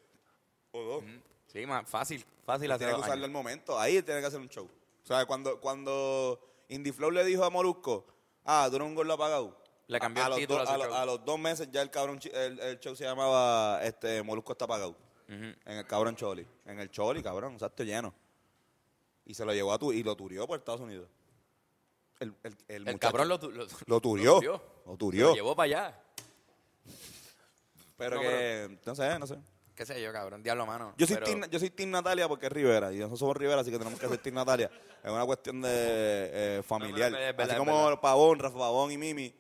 Speaker 2: O dos.
Speaker 1: Sí, más fácil. Fácil
Speaker 2: Tiene
Speaker 1: hacer
Speaker 2: que usarlo al momento. Ahí tiene que hacer un show. O sea, cuando, cuando Indie Flow le dijo a Molusco, ah, tú eres un gordo apagado.
Speaker 1: Le cambió
Speaker 2: a,
Speaker 1: el
Speaker 2: los
Speaker 1: título
Speaker 2: dos-
Speaker 1: a
Speaker 2: a,
Speaker 1: su
Speaker 2: los-
Speaker 1: show.
Speaker 2: a los dos meses ya el cabrón, chi- el, el show se llamaba este, Molusco está apagado. En el cabrón Choli. En el Choli, cabrón, exacto, lleno. Y se lo llevó a tu y lo turió por Estados Unidos. El, el, el
Speaker 1: El
Speaker 2: muchacho
Speaker 1: cabrón lo, tu- lo,
Speaker 2: lo turió. Lo
Speaker 1: turió.
Speaker 2: turió.
Speaker 1: lo llevó para allá.
Speaker 2: Pero
Speaker 1: No,
Speaker 2: que, no sé, no sé.
Speaker 1: Qué sé yo, cabrón. Diablo, mano.
Speaker 2: Yo soy,
Speaker 1: Pero-
Speaker 2: team, yo soy Team Natalia porque es Rivera y nosotros somos Rivera, así que tenemos que ser Team Natalia. Es una cuestión de eh, familiar.
Speaker 1: No, pero es verdad,
Speaker 2: así
Speaker 1: es
Speaker 2: como
Speaker 1: verdad.
Speaker 2: Pavón, Rafa Pavón y Mimi,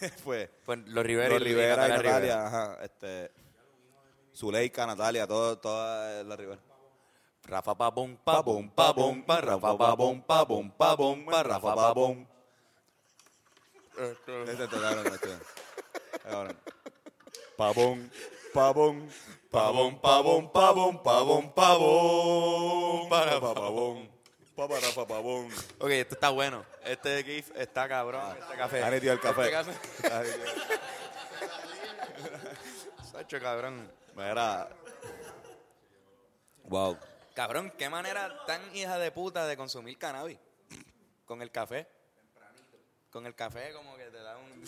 Speaker 2: pues
Speaker 1: Pues los Rivera, y-
Speaker 2: los
Speaker 1: y
Speaker 2: Rivera y
Speaker 1: Natalia
Speaker 2: Natalia,
Speaker 1: Rivera.
Speaker 2: ajá, este, Zuleika, Natalia, todo- toda la Rivera.
Speaker 1: Rafa Pabón, Pabón,
Speaker 2: Pabón,
Speaker 1: Pabón,
Speaker 2: pabón, pa, Rafa, pabón, pabón, pabón, pa, Rafa, pabón. Este, este, cabrón, este. Cabrón. Pabón, pabón, pabón, pabón, pabón, pabón, pabón, pa, Rafa, pabón, pa, pa, Rafa, pabón.
Speaker 1: Ok, esto está bueno. Este GIF está cabrón. este café.
Speaker 2: Dale, tío, Ah, el café.
Speaker 1: Este café.
Speaker 2: Dale, tío.
Speaker 1: Sacho, cabrón.
Speaker 2: Mira. Wow.
Speaker 1: Cabrón, qué manera tan hija de puta de consumir cannabis. Con el café. Con el café como que te da un...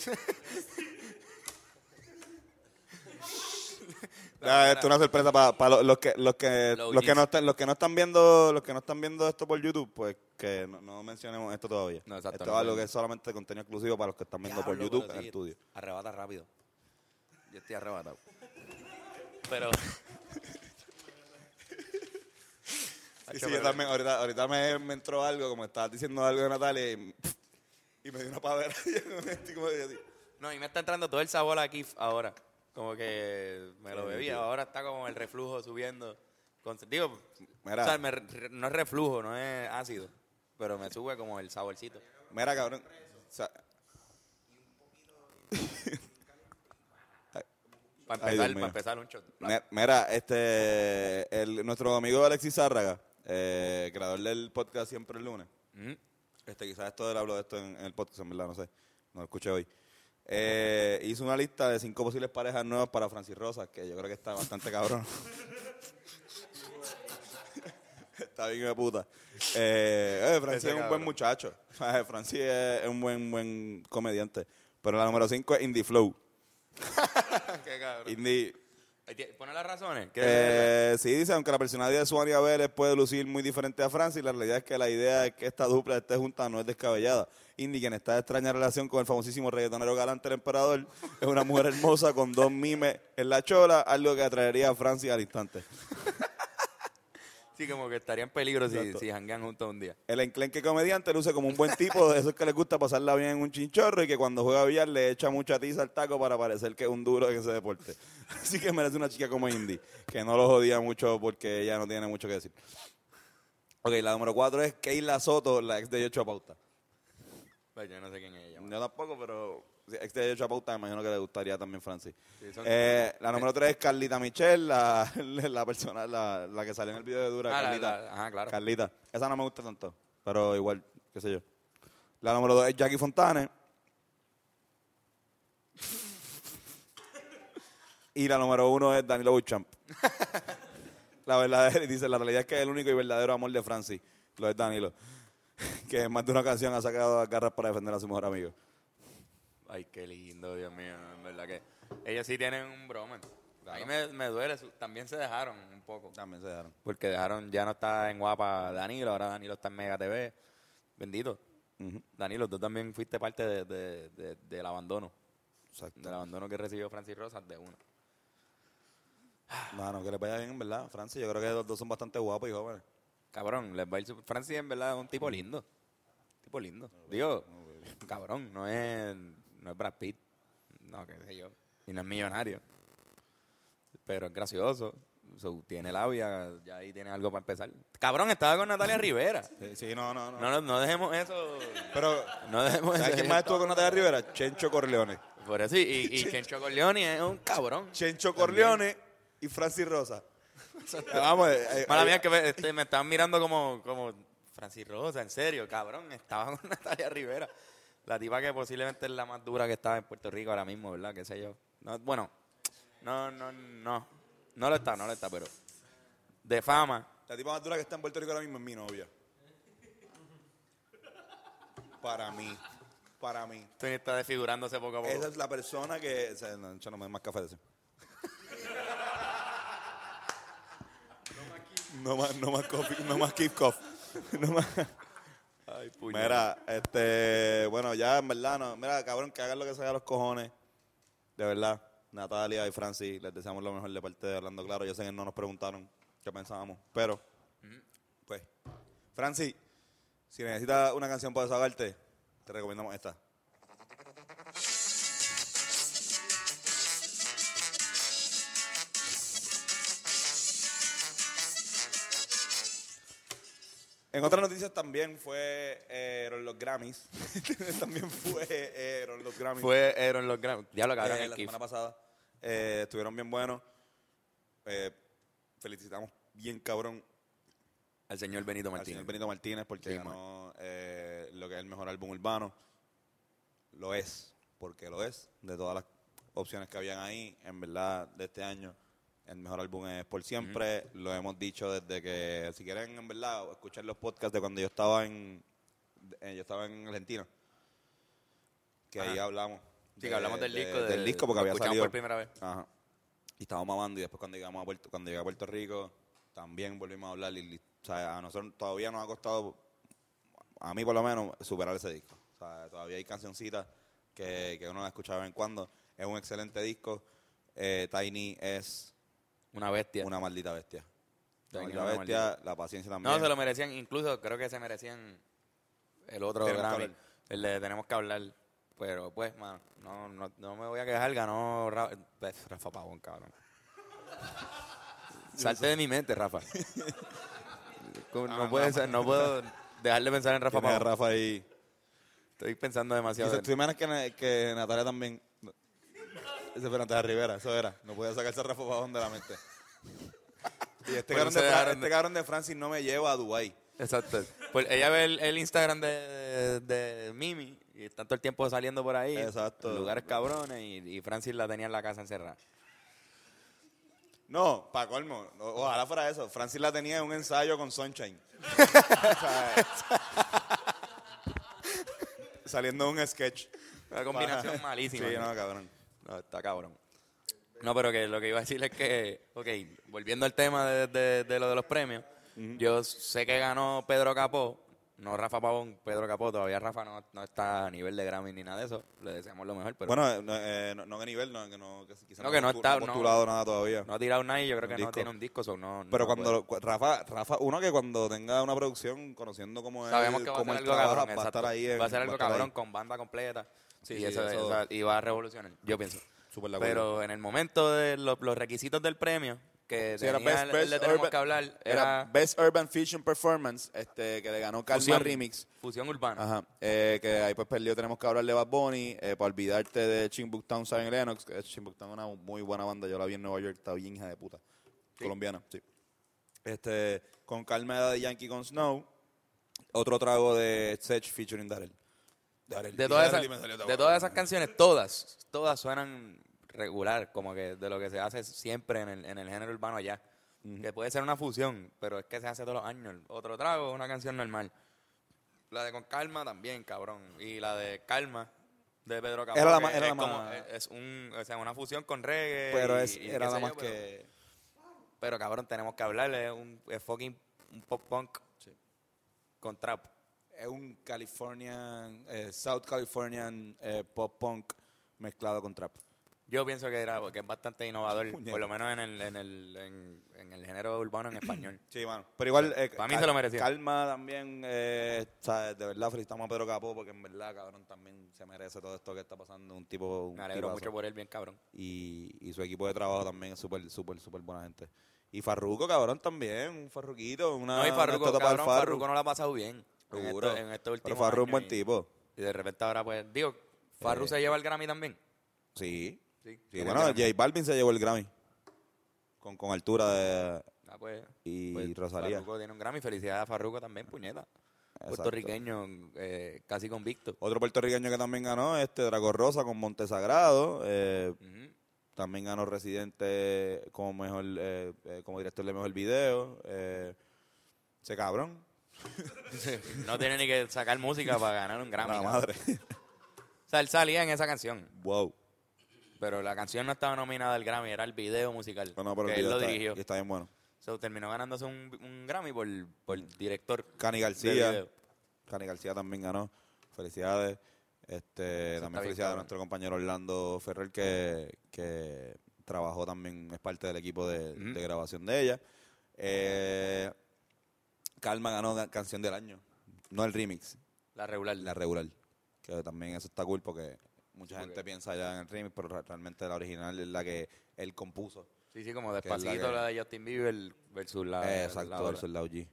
Speaker 2: Ya, esto es una sorpresa para los, que los que
Speaker 1: Los
Speaker 2: los que
Speaker 1: OGs.
Speaker 2: no están los que no están viendo los que no están viendo esto por YouTube, pues que no, no mencionemos esto todavía.
Speaker 1: No, exacto,
Speaker 2: esto
Speaker 1: no.
Speaker 2: es algo que es solamente contenido exclusivo para los que están viendo por
Speaker 1: Diablo,
Speaker 2: YouTube
Speaker 1: pero
Speaker 2: en el
Speaker 1: sí,
Speaker 2: estudio.
Speaker 1: Arrebata rápido. Yo estoy arrebatado. Pero...
Speaker 2: Sí,
Speaker 1: Sacho,
Speaker 2: sí, yo
Speaker 1: pero-
Speaker 2: también, ahorita, ahorita me, me entró algo, como estabas diciendo algo de Natalia, y, y me dio una pavera. y yo me metí como de así.
Speaker 1: No, y me está entrando todo el sabor aquí ahora. Como que me lo bebía. Ahora está como el reflujo subiendo. Con- digo,
Speaker 2: Mira.
Speaker 1: o sea, me re- no es reflujo, no es ácido. Pero me sube como el saborcito.
Speaker 2: Mira, cabrón. o sea,
Speaker 1: Para
Speaker 2: Ay, Dios
Speaker 1: empezar,
Speaker 2: mío.
Speaker 1: para empezar un shot.
Speaker 2: Me- Mira, este, el- nuestro amigo Alexis Zárraga, eh, creador del podcast Siempre el Lunes. Este, quizás esto él habló de esto en, en el podcast, en verdad, no sé. No lo escuché hoy. Eh, hizo una lista de cinco posibles parejas nuevas para Francis Rosa, que yo creo que está bastante cabrón. está bien de puta. Eh, eh, Francis
Speaker 1: Ese
Speaker 2: es un buen
Speaker 1: cabrón.
Speaker 2: muchacho. Francis es un buen, buen comediante. Pero la número cinco es Indie Flow.
Speaker 1: Ah, Qué cabrón.
Speaker 2: Indie...
Speaker 1: Pone las razones. ¿Qué-
Speaker 2: Eh, sí, dice, aunque la personalidad de Suania Vélez puede lucir muy diferente a Francis, la realidad es que la idea de que esta dupla esté junta no es descabellada. Indy, quien está de extraña relación con el famosísimo reggaetonero galante el emperador, es una mujer hermosa con dos mimes en la chola, algo que atraería a Francis al instante.
Speaker 1: sí, como que estaría en peligro si,
Speaker 2: Exacto.
Speaker 1: si janguean juntos un día.
Speaker 2: El enclenque comediante luce como un buen tipo, de esos que le gusta pasarla bien en un chinchorro y que cuando juega billar le echa mucha tiza al taco para parecer que es un duro en ese deporte. Así que merece una chica como Indy, que no lo jodía mucho porque ella no tiene mucho que decir. Ok, la número cuatro es Keila Soto, la ex de Yocho Pauta.
Speaker 1: Pues yo no sé quién es ella. man.
Speaker 2: Yo tampoco, pero sí, ex de Yocho Pauta, me imagino que le gustaría también Francis.
Speaker 1: Sí, son- Ah,
Speaker 2: Eh, la número tres es Carlita Michelle, la, la persona, la, la que salió en el video de Dura,
Speaker 1: Ah, la-
Speaker 2: Carlita.
Speaker 1: la- ajá, claro.
Speaker 2: Carlita. Esa no me gusta tanto, pero igual, qué sé yo. La número dos es Jackie Fontane. y la número uno es Danilo Buchamp. la verdadera, dice, la realidad es que el único y verdadero amor de Francis lo es Danilo. que en más de una canción ha sacado las garras para defender a su mejor amigo.
Speaker 1: Ay, qué lindo, Dios mío. En verdad que... Ellos sí tienen un broma. A mí me, me duele. su- También se dejaron un poco.
Speaker 2: También se dejaron.
Speaker 1: Porque dejaron, ya no está en guapa Danilo, ahora Danilo está en Mega TV. Bendito. Danilo, tú también fuiste parte de- de- de- del abandono.
Speaker 2: Exacto.
Speaker 1: Del abandono que recibió Francis Rosas de uno.
Speaker 2: Mano, que les vaya bien, en verdad, Francis. Yo creo que los dos son bastante guapos y jóvenes.
Speaker 1: Cabrón, les va a ir super- Francis en verdad es un tipo lindo. Tipo lindo. Digo, Cabrón, no es, no es Brad Pitt. No, qué sé yo. Y no es millonario. Pero es gracioso. So, tiene labia, ya ahí tiene algo para empezar. Cabrón, estaba con Natalia Rivera.
Speaker 2: Sí, sí, no, no, no.
Speaker 1: No, no, no dejemos eso.
Speaker 2: Pero,
Speaker 1: No dejemos
Speaker 2: ¿sabes
Speaker 1: eso.
Speaker 2: quién más estuvo con Natalia Rivera? Chencho Corleone.
Speaker 1: Por eso, y, y, y Chencho Corleone es un cabrón.
Speaker 2: Chencho
Speaker 1: También.
Speaker 2: Corleone y Francis Rosa. Vamos, eh, eh,
Speaker 1: Mala
Speaker 2: ahí-
Speaker 1: mía, que me, este, me estaban mirando como, como Francis Rosa, en serio, cabrón. Estaba con Natalia Rivera. La tipa que posiblemente es la más dura que estaba en Puerto Rico ahora mismo, ¿verdad? Qué sé yo. No, bueno, no, no, no. No lo está, no lo está, pero. De fama.
Speaker 2: La tipa más dura que está en Puerto Rico ahora mismo es mi novia. Para mí. Para mí.
Speaker 1: Tony está desfigurándose poco a poco.
Speaker 2: Esa es la persona que. o sea, no, yo no me doy más café de ese. No más, no más coffee, no más keep cough. No más. Mira, este, bueno, ya en verdad, no, mira, cabrón, que hagan lo que se haga los cojones. De verdad, Natalia y Francis, les deseamos lo mejor de parte de Hablando Claro. Yo sé que no nos preguntaron qué pensábamos, pero, pues, Francis, si necesitas una canción para desahogarte, te recomendamos esta. En otras noticias también fue eh, los Grammys. también fue eh, los Grammys.
Speaker 1: Fue Aaron los Grammys. Ya lo
Speaker 2: Eh,
Speaker 1: cabrón, el
Speaker 2: la
Speaker 1: Keith.
Speaker 2: semana pasada. Eh, estuvieron bien buenos. Eh, felicitamos bien cabrón
Speaker 1: Al señor Benito
Speaker 2: al
Speaker 1: Martínez.
Speaker 2: señor Benito Martínez porque
Speaker 1: Sí,
Speaker 2: ganó eh, lo que es el mejor álbum urbano. Lo es, porque lo es. De todas las opciones que habían ahí, en verdad, de este año, el mejor álbum es Por Siempre. Lo hemos dicho desde que, si quieren, en verdad, escuchar los podcasts de cuando yo estaba en, eh, yo estaba en Argentina. Que ahí
Speaker 1: Ajá.
Speaker 2: hablamos.
Speaker 1: Sí, que
Speaker 2: de-
Speaker 1: hablamos del
Speaker 2: de-
Speaker 1: disco. de-
Speaker 2: del disco porque
Speaker 1: lo
Speaker 2: había
Speaker 1: escuchamos
Speaker 2: salido.
Speaker 1: por primera vez.
Speaker 2: Ajá. Y estábamos mamando y después cuando llegamos a Puerto, cuando llegué a Puerto Rico, también volvimos a hablar y, li- o sea, a nosotros todavía nos ha costado, a mí por lo menos, superar ese disco. O sea, todavía hay cancioncitas que, que uno las escucha de vez en cuando. Es un excelente disco. Eh, Tiny es
Speaker 1: Una bestia.
Speaker 2: una maldita bestia. La
Speaker 1: Tiny es
Speaker 2: maldita
Speaker 1: una
Speaker 2: bestia,
Speaker 1: maldita.
Speaker 2: la paciencia también.
Speaker 1: No, se lo merecían. Incluso creo que se merecían el otro
Speaker 2: Tenemos que
Speaker 1: Grammy.
Speaker 2: hablar.
Speaker 1: El de Tenemos que hablar. Pero pues, mano, no, no, no me voy a quejar. Ganó Ra- eh, Rafa Pavón, cabrón. Salte de mi mente, Rafa. Como No, puede ser- no puedo dejar de pensar en Rafa
Speaker 2: Tiene a
Speaker 1: Pavón.
Speaker 2: Rafa ahí.
Speaker 1: Estoy pensando
Speaker 2: Y
Speaker 1: demasiado.
Speaker 2: se
Speaker 1: en él.
Speaker 2: estuvieron que, na- que Natalia también. Ese fue Natalia Rivera, eso era. No podía sacarse a Rafa Pavón de la mente. y este,
Speaker 1: Por
Speaker 2: cabrón
Speaker 1: eso
Speaker 2: de, Fra-
Speaker 1: dejaron
Speaker 2: este
Speaker 1: de-
Speaker 2: cabrón de Francis no me lleva a Dubái.
Speaker 1: Exacto. Pues ella ve el, el Instagram de, de Mimi y está todo el tiempo saliendo por ahí.
Speaker 2: Exacto.
Speaker 1: en Lugares cabrones y, y Francis la tenía en la casa encerrada.
Speaker 2: No, pa' colmo. o- Ojalá fuera eso. Francis la tenía en un ensayo con Sunshine. O sea, eh, saliendo de un sketch.
Speaker 1: Una combinación
Speaker 2: Para-
Speaker 1: malísima.
Speaker 2: Sí, no, cabrón.
Speaker 1: No, está cabrón. No, pero que lo que iba a decir es que, ok, volviendo al tema de, de- de lo de los premios, yo sé que ganó Pedro Capó, no Rafa Pavón, Pedro Capó, todavía Rafa no, no está a nivel de Grammy ni nada de eso, le deseamos lo mejor, pero
Speaker 2: Bueno, eh, no, eh, no, no que nivel, no, que no, que quizá
Speaker 1: No, que no
Speaker 2: postu-
Speaker 1: está-
Speaker 2: ha postulado nada todavía.
Speaker 1: no ha tirado nada y yo creo
Speaker 2: Un
Speaker 1: que
Speaker 2: disco.
Speaker 1: no tiene un disco, so no,
Speaker 2: Pero
Speaker 1: no pues.
Speaker 2: cuando
Speaker 1: puede.
Speaker 2: lo- cu- Rafa, Rafa, uno que cuando tenga una producción, conociendo cómo es,
Speaker 1: sabemos que va a
Speaker 2: cómo
Speaker 1: ser
Speaker 2: él
Speaker 1: algo
Speaker 2: trabaja,
Speaker 1: cabrón,
Speaker 2: va a
Speaker 1: exacto.
Speaker 2: estar ahí. en-
Speaker 1: va a ser algo
Speaker 2: estar
Speaker 1: cabrón
Speaker 2: ahí.
Speaker 1: con banda completa
Speaker 2: Sí,
Speaker 1: y,
Speaker 2: sí,
Speaker 1: eso,
Speaker 2: eso-
Speaker 1: esa- y va a revolucionar, yo pienso.
Speaker 2: Súper de acuerdo.
Speaker 1: Pero en el momento de los, los requisitos del premio, que
Speaker 2: Sí, era
Speaker 1: tenía
Speaker 2: Best-
Speaker 1: el-
Speaker 2: Best
Speaker 1: le tenemos
Speaker 2: Urban-
Speaker 1: que hablar,
Speaker 2: era
Speaker 1: era,
Speaker 2: Best Urban Fiction Performance, este, que le ganó Calma
Speaker 1: fusión,
Speaker 2: Remix.
Speaker 1: fusión urbana.
Speaker 2: Ajá. Eh, que ahí pues perdió Tenemos que hablar de Bad Bunny, eh, para olvidarte de Chimbuktown, Siren Lennox. Eh, Chimbuktown es una muy buena banda, yo la vi en Nueva York, está bien hija de puta. Colombiana, sí. Este, con Calma de Yankee con Snow. Otro trago de Sech featuring Darrell. Darrell.
Speaker 1: De
Speaker 2: Y
Speaker 1: todas, esas,
Speaker 2: Darrell y me salió
Speaker 1: de
Speaker 2: tabaco.
Speaker 1: todas esas canciones, todas, todas suenan regular, como que de lo que se hace siempre en el, en el género urbano allá. Que puede ser una fusión, pero es que se hace todos los años. Otro trago es una canción normal. La de Con Calma también, cabrón. Y la de Calma de Pedro Capó.
Speaker 2: Era la
Speaker 1: que
Speaker 2: más- era
Speaker 1: es
Speaker 2: la
Speaker 1: como-
Speaker 2: más-
Speaker 1: es- es un, o sea, una fusión con reggae.
Speaker 2: Pero
Speaker 1: y-
Speaker 2: es,
Speaker 1: y
Speaker 2: era
Speaker 1: qué
Speaker 2: nada
Speaker 1: sé yo,
Speaker 2: más
Speaker 1: pero-
Speaker 2: que.
Speaker 1: Pero cabrón, tenemos que hablarle. Es un es fucking un pop punk con trap.
Speaker 2: Es un Californian, eh, South Californian eh, pop punk mezclado con trap.
Speaker 1: Yo pienso que, era, que es bastante innovador,
Speaker 2: Puñeta.
Speaker 1: por lo menos en el, en el, en, en el género urbano en español.
Speaker 2: Sí, mano. Pero igual. eh,
Speaker 1: Para mí
Speaker 2: cal-
Speaker 1: se lo merecía.
Speaker 2: Calma también. eh, ¿sabes? De verdad, felicitamos a Pedro Capó porque en verdad, cabrón, también se merece todo esto que está pasando. Un tipo. Un
Speaker 1: Me alegro
Speaker 2: tipazo.
Speaker 1: mucho por él, bien cabrón.
Speaker 2: Y, y su equipo de trabajo también es súper, súper, súper buena gente. Y Farruco, cabrón, también. Un Farruquito. Una,
Speaker 1: No, y
Speaker 2: una
Speaker 1: Farruko,
Speaker 2: estatua para el
Speaker 1: cabrón,
Speaker 2: Ah, Farru.
Speaker 1: Farruko no la ha pasado bien. En
Speaker 2: Seguro.
Speaker 1: esto- en estos
Speaker 2: Pero
Speaker 1: últimos
Speaker 2: Farru es un
Speaker 1: años
Speaker 2: buen
Speaker 1: y-
Speaker 2: tipo.
Speaker 1: Y de repente ahora, pues, digo, Farru
Speaker 2: Eh.
Speaker 1: se lleva el Grammy también.
Speaker 2: Sí.
Speaker 1: Sí.
Speaker 2: Sí, bueno, J Balvin se llevó el Grammy. Con, con altura de.
Speaker 1: Ah, pues,
Speaker 2: Y
Speaker 1: pues,
Speaker 2: Rosalía.
Speaker 1: Farruko tiene un Grammy. Felicidades a Farruko también, puñeta.
Speaker 2: Exacto.
Speaker 1: Puertorriqueño, eh, casi convicto.
Speaker 2: Otro puertorriqueño que también ganó, este Draco Rosa con Montesagrado. Eh,
Speaker 1: Ujú.
Speaker 2: También ganó Residente como mejor eh, eh, como director de mejor video. Eh, ese cabrón.
Speaker 1: No tiene ni que sacar música para ganar un Grammy.
Speaker 2: la
Speaker 1: cabrón.
Speaker 2: madre.
Speaker 1: O sea, él salía en esa canción.
Speaker 2: wow.
Speaker 1: Pero la canción no estaba nominada al Grammy, era el video musical.
Speaker 2: Bueno, pero el
Speaker 1: que él
Speaker 2: video
Speaker 1: lo
Speaker 2: está-
Speaker 1: dirigió.
Speaker 2: y está bien bueno.
Speaker 1: So, terminó ganándose un, un Grammy por, por director.
Speaker 2: Cani
Speaker 1: de
Speaker 2: García.
Speaker 1: video.
Speaker 2: Cani García también ganó. Felicidades. Este,
Speaker 1: está
Speaker 2: también
Speaker 1: bien,
Speaker 2: felicidades a
Speaker 1: cabrón.
Speaker 2: nuestro compañero Orlando Ferrer que, que trabajó también, es parte del equipo de,
Speaker 1: Ujú.
Speaker 2: de grabación de ella. Eh, Calma ganó ga- canción del año. No el remix,
Speaker 1: La regular.
Speaker 2: la regular. Que también eso está cool porque mucha
Speaker 1: Sí,
Speaker 2: gente
Speaker 1: porque-
Speaker 2: piensa ya en el remix, pero re- realmente la original es la que él compuso.
Speaker 1: Sí, sí, como
Speaker 2: es la
Speaker 1: despacito la,
Speaker 2: que-
Speaker 1: de Justin Bieber versus la.
Speaker 2: Eh,
Speaker 1: la
Speaker 2: Exacto,
Speaker 1: otra.
Speaker 2: versus la OG.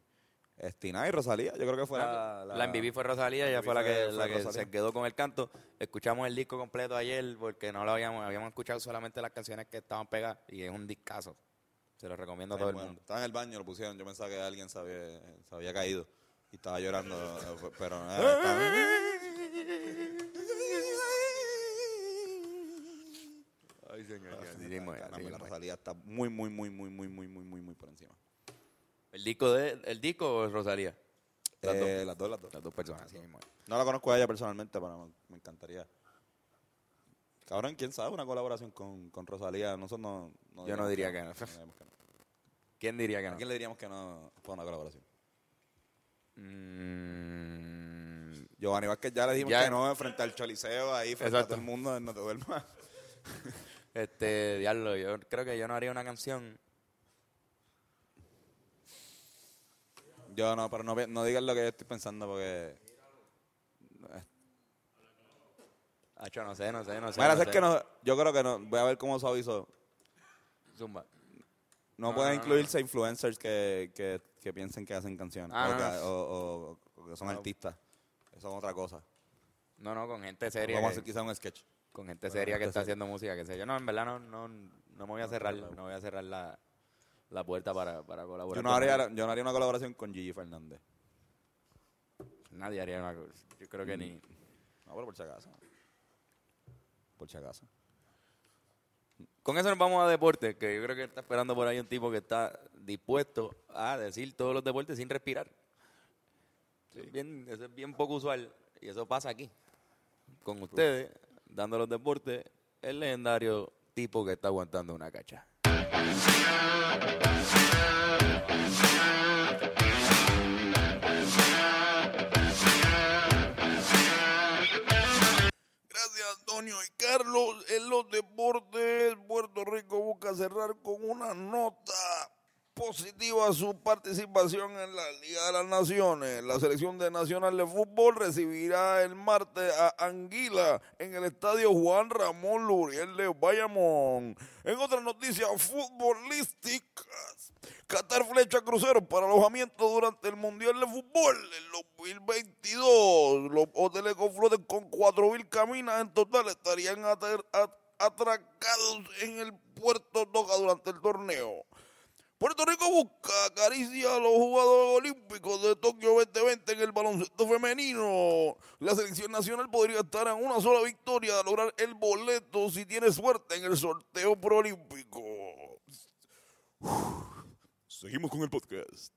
Speaker 2: Estina y Rosalía, yo creo que fue la...
Speaker 1: La MVP fue Rosalía, ella
Speaker 2: MVP
Speaker 1: fue la que,
Speaker 2: fue
Speaker 1: la que
Speaker 2: Rosalía.
Speaker 1: se quedó con el canto. Escuchamos el disco completo ayer porque no lo habíamos, habíamos escuchado solamente las canciones que estaban pegadas y es un discazo. Se lo recomiendo a
Speaker 2: Está
Speaker 1: todo
Speaker 2: bien bueno.
Speaker 1: el mundo.
Speaker 2: Estaba en el baño, lo pusieron. Yo pensaba que alguien se había, se había caído y estaba llorando, eh, pero nada.
Speaker 1: Ay, señor.
Speaker 2: la Rosalía está muy, muy, muy, muy, muy, muy, muy, muy, muy por encima.
Speaker 1: ¿El disco de el disco o Rosalía? Las dos.
Speaker 2: Eh, las dos, las dos.
Speaker 1: Las dos personas. así mismo.
Speaker 2: No la conozco a ella personalmente, pero me, me encantaría. Cabrón, quién sabe, una colaboración con, con Rosalía. Nosotros no.
Speaker 1: Yo no
Speaker 2: diríamos
Speaker 1: diría que no.
Speaker 2: diríamos que no.
Speaker 1: ¿Quién diría que
Speaker 2: ¿A
Speaker 1: no?
Speaker 2: quién le diríamos que no para una colaboración?
Speaker 1: Mm,
Speaker 2: Giovanni Vázquez ya le dijimos
Speaker 1: Ya.
Speaker 2: que no frente al Choliseo, ahí frente a
Speaker 1: Exacto.
Speaker 2: todo el mundo, no te duermas.
Speaker 1: este, diablo, yo creo que yo no haría una canción.
Speaker 2: Yo no, pero no, pe- no digas lo que yo estoy pensando porque.
Speaker 1: Ah, yo no sé, no sé, no sé.
Speaker 2: Mira,
Speaker 1: no
Speaker 2: es
Speaker 1: sé.
Speaker 2: que no. Yo creo que no. Voy a ver cómo suavizo.
Speaker 1: Zumba.
Speaker 2: No,
Speaker 1: No,
Speaker 2: pueden
Speaker 1: no, no,
Speaker 2: incluirse influencers que, que, que piensen que hacen canciones
Speaker 1: Ah,
Speaker 2: o,
Speaker 1: no,
Speaker 2: que,
Speaker 1: no.
Speaker 2: o- o- o que son artistas. Eso es otra cosa.
Speaker 1: No, no, con gente seria.
Speaker 2: Vamos a
Speaker 1: que-
Speaker 2: hacer quizá un sketch.
Speaker 1: con gente seria que
Speaker 2: gente
Speaker 1: está
Speaker 2: seria.
Speaker 1: haciendo música, que sé yo. No, en verdad no, no, no me voy a cerrar, no voy a cerrar la, la puerta para, para colaborar.
Speaker 2: Yo no,
Speaker 1: con
Speaker 2: haría,
Speaker 1: nadie.
Speaker 2: yo no haría una colaboración con Gigi Fernández.
Speaker 1: Nadie haría una cosa. Yo creo que
Speaker 2: Mm.
Speaker 1: ni.
Speaker 2: No, pero por si acaso. Por si acaso.
Speaker 1: Con eso nos vamos a deportes, que yo creo que está esperando por ahí un tipo que está dispuesto a decir todos los deportes sin respirar. Eso, es bien, eso es bien poco usual y eso pasa aquí. Con ustedes, dando los deportes, el legendario tipo que está aguantando una cacha.
Speaker 8: Gracias, Antonio y Carlos. En los deportes, Puerto Rico busca cerrar con una nota positiva su participación en la Liga de las Naciones. La selección de Nacional de Fútbol recibirá el martes a Anguila en el estadio Juan Ramón Luriel de Bayamón. En otras noticias futbolísticas, Qatar flecha cruceros para alojamiento durante el Mundial de Fútbol en los 2022. Los hoteles con flotes con 4.000 caminas en total estarían ater- at- atracados en el puerto Doha durante el torneo. Puerto Rico busca acaricia a los jugadores olímpicos de Tokio 2020 en el baloncesto femenino. La selección nacional podría estar en una sola victoria a lograr el boleto si tiene suerte en el sorteo proolímpico. Seguimos con el podcast.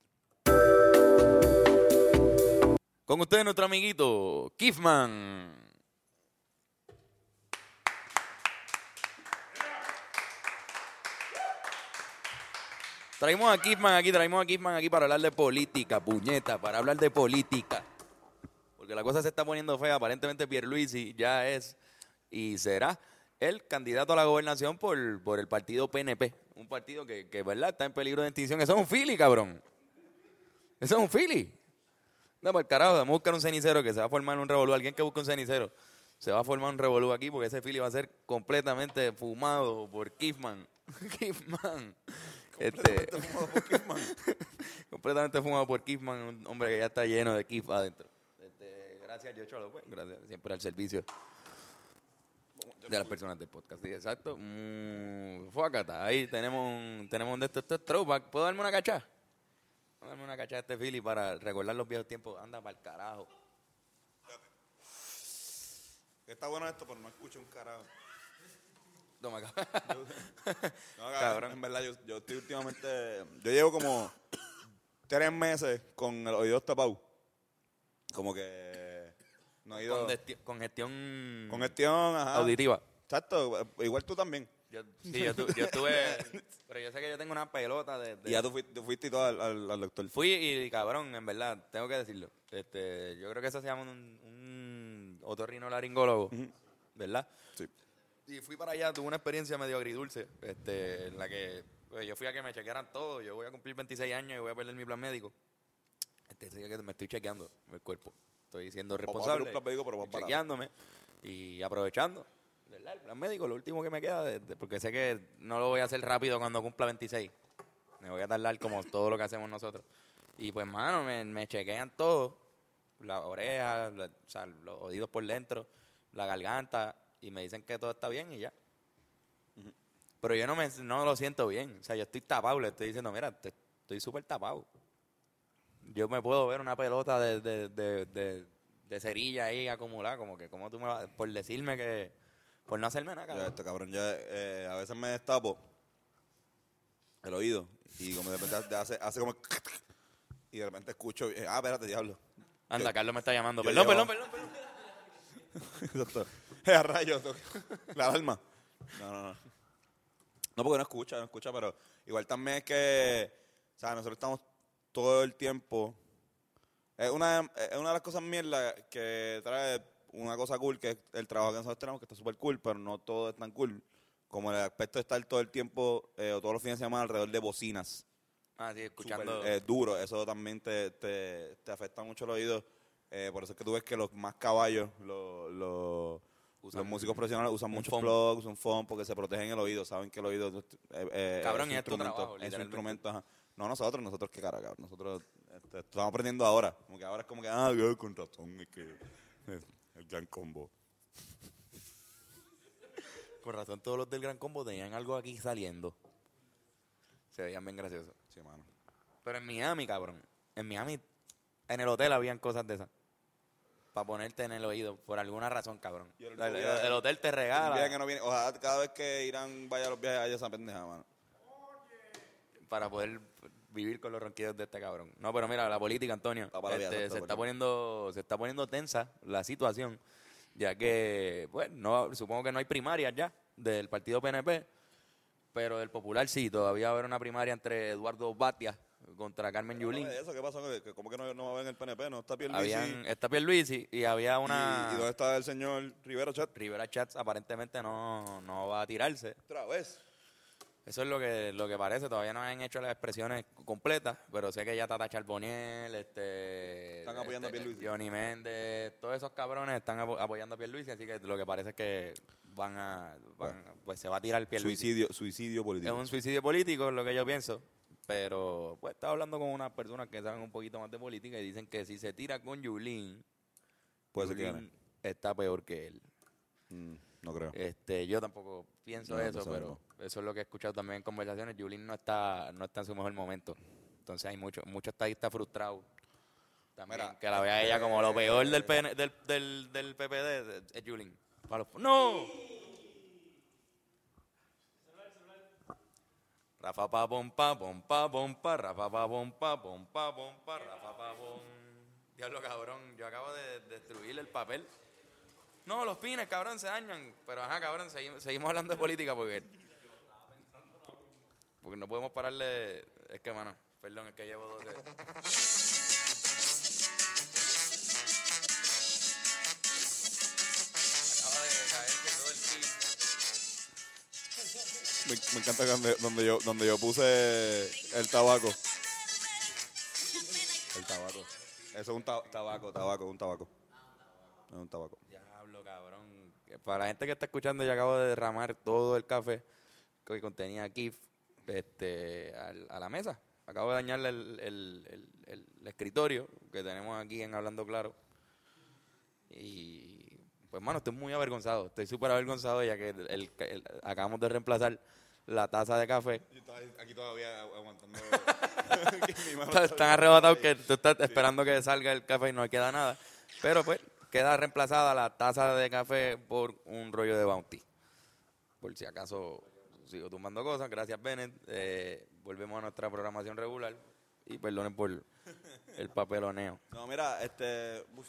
Speaker 1: Con ustedes nuestro amiguito Kifman. Traímos a Kifman aquí, traímos a Kifman aquí para hablar de política, puñeta, para hablar de política. Porque la cosa se está poniendo fea, aparentemente Pierluisi ya es y será el candidato a la gobernación por, por el partido PNP. Un partido que, que, ¿verdad? Está en peligro de extinción. Eso es un Philly, cabrón. Eso es un Philly. No, para el carajo, vamos a buscar un cenicero que se va a formar un revolú. Alguien que busque un cenicero. Se va a formar un revolú aquí porque ese Philly va a ser completamente fumado por Kifman. Kifman. Completamente fumado por Kifman. completamente fumado por Kifman, un hombre que ya está lleno de Kif adentro. Este, gracias, Yocho López. Gracias siempre al servicio de las personas del podcast. Sí, exacto. Mm, fuácata. Ahí tenemos un, tenemos un de estos. Esto es throwback. ¿Puedo darme una cachá? Puedo darme una cachá a este Philly para recordar los viejos tiempos. Anda para el carajo.
Speaker 2: Está bueno esto, pero no escucho un carajo.
Speaker 1: Toma, cabrón.
Speaker 2: No, cabrón, En verdad, yo, yo estoy últimamente. Yo llevo como tres meses con el oído tapado. Como que. No he ido.
Speaker 1: Congesti- Congestión
Speaker 2: Congestión, ajá.
Speaker 1: auditiva.
Speaker 2: Exacto, igual tú también.
Speaker 1: ah. Yo, sí, yo, tu- yo estuve. pero yo sé que yo tengo una pelota de. de-
Speaker 2: Y ya tú fuiste, tú fuiste y todo al, al- al doctor.
Speaker 1: Fui y cabrón, en verdad, tengo que decirlo. Este, yo creo que eso se llama un, un otorrinolaringólogo, ¿verdad?
Speaker 2: Sí.
Speaker 1: Y fui para allá, tuve una experiencia medio agridulce, este, en la que pues, yo fui a que me chequearan todo. Yo voy a cumplir 26 años y voy a perder mi plan médico. Este, así que me estoy chequeando el cuerpo. Estoy siendo responsable.
Speaker 2: un plan médico, pero más
Speaker 1: estoy
Speaker 2: barato.
Speaker 1: chequeándome y aprovechando. ¿verdad? El plan médico, lo último que me queda, de- de- porque sé que no lo voy a hacer rápido cuando cumpla 26. Me voy a tardar como todo lo que hacemos nosotros. Y pues, mano, me, me chequean todo. La oreja, la- o sea, los oídos por dentro, la garganta. Y me dicen que todo está bien y ya. Pero yo no, me, no lo siento bien. O sea, yo estoy tapado. Le estoy diciendo, mira, te- estoy súper tapado. Yo me puedo ver una pelota de, de, de, de- de cerilla ahí acumulada. Como que, ¿cómo tú me vas? Por decirme que... Por no hacerme nada,
Speaker 2: Ya,
Speaker 1: cabrón.
Speaker 2: este cabrón, ya eh, a veces me destapo el oído y como de repente ya hace, hace como. Y de repente escucho. eh, ah, espérate, diablo.
Speaker 1: Anda, Carlos me está llamando.
Speaker 2: yo
Speaker 1: Perdón,
Speaker 2: llevo-
Speaker 1: perdón, perdón, perdón.
Speaker 2: Doctor. Eh, a rayos, doc. La alarma. No, no, no. No, porque no escucha, no escucha, pero igual también es que, o sea, nosotros estamos todo el tiempo. Es una, es una de las cosas mierda que trae una cosa cool, que es el trabajo que nosotros tenemos, que está súper cool, pero no todo es tan cool. Como el aspecto de estar todo el tiempo, eh, o todos los fines de semana alrededor de bocinas.
Speaker 1: Ah, sí, escuchando...
Speaker 2: Súper, eh, duro. Eso también te, te, te afecta mucho el oído. Eh, por eso es que tú ves que los más caballos, los, los, los músicos profesionales usan muchos
Speaker 1: foam.
Speaker 2: plugs, un foam, porque se protegen el oído. Saben que el oído eh, eh,
Speaker 1: Cabrón,
Speaker 2: su
Speaker 1: y es tu
Speaker 2: instrumento,
Speaker 1: trabajo,
Speaker 2: es su
Speaker 1: literalmente.
Speaker 2: instrumento, ajá. No nosotros, nosotros qué cara, cabrón. Nosotros este, estamos aprendiendo ahora. Como que ahora es como que, ah, yo, con razón, es que eh, el gran combo.
Speaker 1: Con razón, todos los del Gran Combo tenían algo aquí saliendo. Se veían bien graciosos.
Speaker 2: Sí, mano.
Speaker 1: Pero en Miami, cabrón. En Miami, en el hotel habían cosas de esas. Para ponerte en el oído, por alguna razón, cabrón.
Speaker 2: Y el-
Speaker 1: el, el- el hotel te
Speaker 2: Un viaje que
Speaker 1: regala
Speaker 2: no viene. Ojalá cada vez que Irán vaya a los viajes haya esa pendeja, mano.
Speaker 1: para poder vivir con los ronquidos de este cabrón. No, pero mira, la política, Antonio,
Speaker 2: Está para la vida,
Speaker 1: este,
Speaker 2: está
Speaker 1: se
Speaker 2: para
Speaker 1: está
Speaker 2: la vida.
Speaker 1: poniendo, se está poniendo tensa la situación, ya que, bueno, no, supongo que no hay primarias ya del partido PNP, pero del popular sí, todavía va a haber una primaria entre Eduardo Batia contra Carmen Yulín.
Speaker 2: ¿Eso qué pasó? ¿Que- que ¿Cómo que no, no va a ver en el PNP? ¿No está Pierluisi?
Speaker 1: Habían, está Pierluisi y había una...
Speaker 2: ¿Y, y dónde está el señor Rivera Chat?
Speaker 1: Rivera Chats aparentemente no, no va a tirarse.
Speaker 2: Otra vez.
Speaker 1: Eso es lo que, lo que parece. Todavía no han hecho las expresiones completas, pero sé que ya Tata Charboniel, este,
Speaker 2: Están apoyando
Speaker 1: este,
Speaker 2: a Pierluisi.
Speaker 1: Johnny Méndez, todos esos cabrones están apo- apoyando a Pierluisi, así que lo que parece es que van a, van- pues se va a tirar Pierluisi.
Speaker 2: Suicidio, suicidio
Speaker 1: Es
Speaker 2: político.
Speaker 1: un suicidio político, es lo que yo pienso. Pero, pues, estaba hablando con unas personas que saben un poquito más de política y dicen que si se tira con Yulín,
Speaker 2: Puede ser que
Speaker 1: Yulín
Speaker 2: gane.
Speaker 1: está peor que él.
Speaker 2: Mm, no creo.
Speaker 1: Este, yo tampoco pienso
Speaker 2: No, no
Speaker 1: eso, pero
Speaker 2: sabemos.
Speaker 1: eso es lo que he escuchado también en conversaciones. Yulín no está, no está en su mejor momento. Entonces hay muchos muchos estadistas frustrados. También,
Speaker 2: Mira,
Speaker 1: que la vea ella como lo peor del, PN del, del, del PPD es Yulín. Para los- ¡No! Rafa pa bom pa bom pa bom pa Rafa pa bom pa bom pa bom pa Rafa pa bom. Diablo cabrón, yo acabo de destruir el papel. No, los pines, cabrón, se dañan. Pero ajá, cabrón, segui- seguimos, hablando de política porque. Porque no podemos pararle. Es que, mano, perdón, es que llevo dos. de- Acaba de caerse todo el pin.
Speaker 2: me, me encanta donde, donde yo, donde yo puse el tabaco. El tabaco. Eso es un ta- tabaco, tabaco, un tabaco. Es un tabaco.
Speaker 1: Diablo, cabrón. Que Para la gente que está escuchando, yo acabo de derramar todo el café que contenía Kif este, al- a, la mesa. Acabo de dañarle el, el- el- el- el escritorio que tenemos aquí en Hablando Claro. Y pues, mano, estoy muy avergonzado. Estoy súper avergonzado ya que el- el- el- acabamos de reemplazar la taza de café.
Speaker 2: Yo estaba aquí todavía aguantando.
Speaker 1: Están están arrebatados que tú estás esperando que salga el café y no queda nada. Pero pues queda reemplazada la taza de café por un rollo de bounty. Por si acaso sigo tumbando cosas. Gracias, Bennett. Eh, volvemos a nuestra programación regular. Y perdonen por el papeloneo.
Speaker 2: No, mira, este. uf.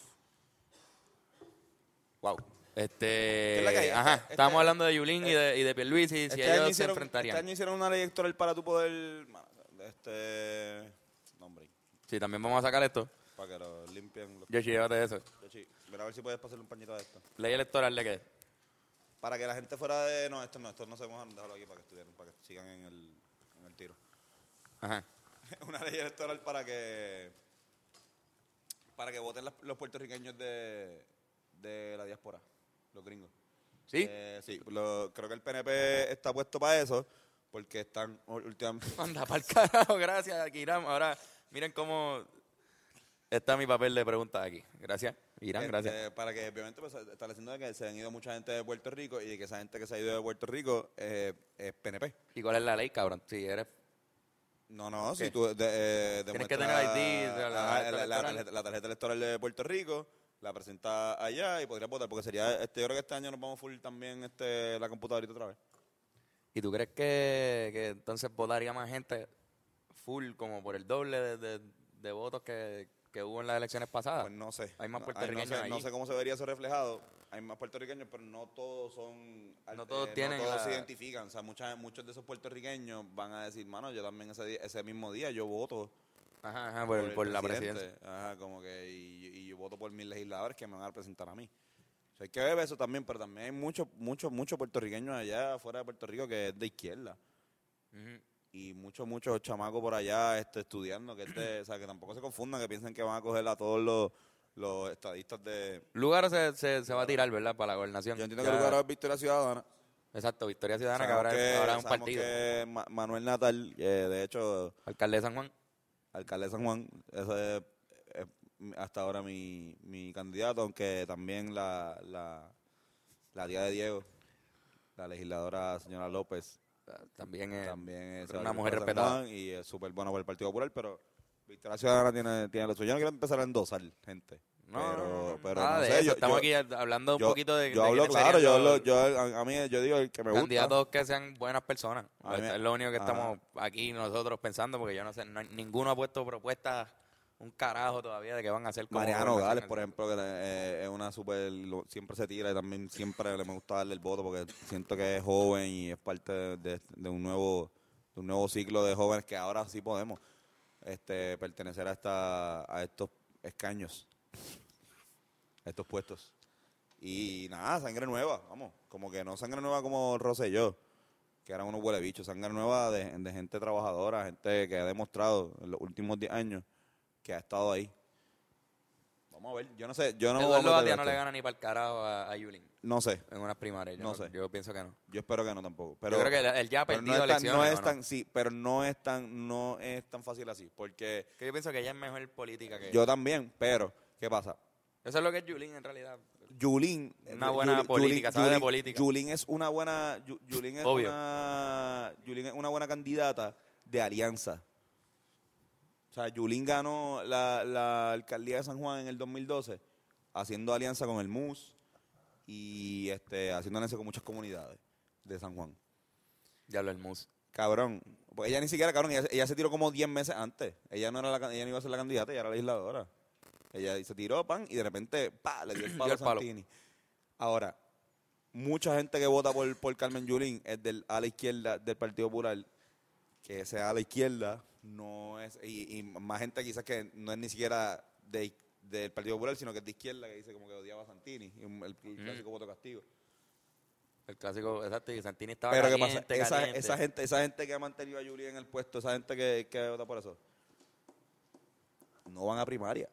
Speaker 1: Wow. Este,
Speaker 2: ¿Qué es la que hay?
Speaker 1: ajá,
Speaker 2: Este- eh,
Speaker 1: estábamos hablando de Yulín y de, y de Pierluisi, si
Speaker 2: este,
Speaker 1: ellos
Speaker 2: año
Speaker 1: se
Speaker 2: hicieron,
Speaker 1: enfrentarían.
Speaker 2: este año hicieron una ley electoral para tú poder. mano, Este. Nombre.
Speaker 1: Sí, también vamos a sacar esto.
Speaker 2: Para que lo limpien. Los,
Speaker 1: Yoshi, llévate eso.
Speaker 2: Yoshi, mira a ver si puedes pasarle un pañito a esto.
Speaker 1: Ley electoral de qué?
Speaker 2: Para que la gente fuera de. No, esto no, esto no se mojan, déjalo aquí para que estudien, para que sigan en el, en el tiro.
Speaker 1: Ajá.
Speaker 2: Una ley electoral para que. Para que voten las- los puertorriqueños de, de la diáspora, los gringos.
Speaker 1: ¿Sí?
Speaker 2: Eh, sí, lo- creo que el PNP está puesto para eso, porque están ul- últimamente.
Speaker 1: Anda pa'l carajo, gracias, Kiram. Ahora, miren cómo está mi papel de preguntas aquí. Gracias, Irán,
Speaker 2: Este,
Speaker 1: gracias.
Speaker 2: Para que, obviamente, pues, estableciendo de que se han ido mucha gente de Puerto Rico y de que esa gente que se ha ido de Puerto Rico eh, es PNP.
Speaker 1: ¿Y cuál es la ley, cabrón? Si eres...
Speaker 2: No, no, si
Speaker 1: ¿Qué?
Speaker 2: tú de, eh,
Speaker 1: Tienes que
Speaker 2: demuestras-
Speaker 1: tener ID, la- la
Speaker 2: Ajá,
Speaker 1: tarjeta
Speaker 2: la, la-
Speaker 1: electoral.
Speaker 2: la tarjeta electoral de Puerto Rico, la presentas allá y podrías votar, porque sería, este, yo creo que este año nos vamos full también este, la computadorita otra vez.
Speaker 1: ¿Y tú crees que, que entonces votaría más gente full, como por el doble de, de- de votos que, que hubo en las elecciones pasadas?
Speaker 2: Pues no sé.
Speaker 1: Ah, Hay más
Speaker 2: No-
Speaker 1: puertorriqueños
Speaker 2: no sé- No
Speaker 1: allí.
Speaker 2: sé cómo se vería eso reflejado. Hay más puertorriqueños, pero no todos son... eh,
Speaker 1: No todos tienen
Speaker 2: No todos
Speaker 1: la-
Speaker 2: se identifican. O sea, mucha- muchos de esos puertorriqueños van a decir, mano, yo también ese, di- ese mismo día yo voto
Speaker 1: Ajá, ajá, por,
Speaker 2: el
Speaker 1: por la
Speaker 2: presidente".
Speaker 1: presidencia.
Speaker 2: Ajá, como que... Y, y yo voto por mis legisladores que me van a representar a mí. O sea, hay que ver eso también, pero también hay muchos, muchos, muchos puertorriqueños allá fuera de Puerto Rico que es de izquierda.
Speaker 1: Ujú.
Speaker 2: Y muchos, muchos chamacos por allá este, estudiando, que es de- o sea, que tampoco se confundan, que piensen que van a coger a todos los, los estadistas de,
Speaker 1: Lugaro se, se, se va a tirar, ¿verdad? Para la gobernación.
Speaker 2: yo entiendo que
Speaker 1: Ya-
Speaker 2: el lugar es Victoria Ciudadana.
Speaker 1: Exacto, Victoria Ciudadana, que
Speaker 2: Sabemos
Speaker 1: ahora,
Speaker 2: que-
Speaker 1: ahora es un
Speaker 2: sabemos
Speaker 1: partido.
Speaker 2: que Ma- Manuel Natal, eh, de hecho,
Speaker 1: Alcalde de San Juan.
Speaker 2: alcalde de San Juan, ese es, es hasta ahora mi, mi candidato, aunque también la, la, la tía de Diego, la legisladora señora López,
Speaker 1: ah, También es,
Speaker 2: también es
Speaker 1: una
Speaker 2: San
Speaker 1: mujer
Speaker 2: Juan
Speaker 1: respetada.
Speaker 2: y es súper buena para el Partido Popular, pero Victoria Ciudadana tiene, tiene lo suyo. Yo no quiero empezar a endosar, gente.
Speaker 1: No,
Speaker 2: pero,
Speaker 1: no, no,
Speaker 2: pero
Speaker 1: nada
Speaker 2: no
Speaker 1: de
Speaker 2: sé,
Speaker 1: eso.
Speaker 2: yo-
Speaker 1: Estamos
Speaker 2: yo-
Speaker 1: aquí hablando un
Speaker 2: yo-
Speaker 1: poquito de.
Speaker 2: yo
Speaker 1: de
Speaker 2: hablo
Speaker 1: quiénes
Speaker 2: claro yo,
Speaker 1: serían
Speaker 2: hablo,
Speaker 1: los
Speaker 2: yo a, a mí yo digo el que me gusta
Speaker 1: candidatos que sean buenas personas. Pues
Speaker 2: A mí me-
Speaker 1: es lo único que
Speaker 2: Ajá.
Speaker 1: estamos aquí nosotros pensando, porque yo no sé, no hay- ninguno ha puesto propuestas un carajo todavía de que van a hacer. como
Speaker 2: Mariano
Speaker 1: gobernación.
Speaker 2: Gales, por ejemplo, que eh, es una super lo- siempre se tira y también siempre le me gusta darle el voto porque siento que es joven y es parte de, de- de un nuevo de un nuevo ciclo de jóvenes que ahora sí podemos este pertenecer a esta a estos escaños, a estos puestos. Y nada, sangre nueva, vamos, como que no sangre nueva como Rosselló, que eran unos huele bichos, sangre nueva de, de gente trabajadora, gente que ha demostrado en los últimos 10 años que ha estado ahí. Vamos a ver, yo no sé, yo no voy a
Speaker 1: Eduardo
Speaker 2: meter
Speaker 1: Batia no
Speaker 2: esto.
Speaker 1: le gana ni para el carajo a, a Yulín
Speaker 2: No sé,
Speaker 1: en unas primarias. Yo
Speaker 2: No sé.
Speaker 1: Yo pienso que no.
Speaker 2: yo espero que no tampoco. Pero,
Speaker 1: yo creo que él- él ya ha
Speaker 2: pero
Speaker 1: perdido
Speaker 2: no es tan,
Speaker 1: elecciones.
Speaker 2: no es
Speaker 1: mano.
Speaker 2: tan- sí, pero no es tan, no es tan fácil así, porque
Speaker 1: Que yo pienso que ella es mejor política que
Speaker 2: yo también, pero, ¿qué pasa?
Speaker 1: Eso es lo que es Yulín en realidad.
Speaker 2: Yulín.
Speaker 1: Una buena política, sabe de política.
Speaker 2: Yulín es una buena. Yu- Yulín es
Speaker 1: Obvio.
Speaker 2: una. Yulín es una buena candidata de alianza. O sea, Yulín ganó la, la alcaldía de San Juan en el 2012 haciendo alianza con el MUS y este, haciendo alianza con muchas comunidades de San Juan.
Speaker 1: Ya lo el mus.
Speaker 2: Cabrón. Pues ella ni siquiera, cabrón, ella, ella se tiró como 10 meses antes. Ella no era la, can- ella no iba a ser la candidata, ella era la legisladora. Ella se tiró, pan, y de repente, pa, le dio el palo
Speaker 1: Dio
Speaker 2: a
Speaker 1: el palo.
Speaker 2: Santini. Ahora, mucha gente que vota por, por Carmen Yulín es del ala izquierda del Partido Popular, que sea a la izquierda, no es, y, y más gente quizás que no es ni siquiera de- del Partido Popular, sino que es de izquierda, que dice como que odiaba a Santini, y un- el, el clásico voto castigo.
Speaker 1: El clásico, exacto, y Santini estaba
Speaker 2: Pero ¿qué
Speaker 1: caliente,
Speaker 2: pasa? Esa,
Speaker 1: caliente.
Speaker 2: esa gente, esa gente que ha mantenido a Yuri en el puesto, esa gente que, que vota por eso, no van a primaria.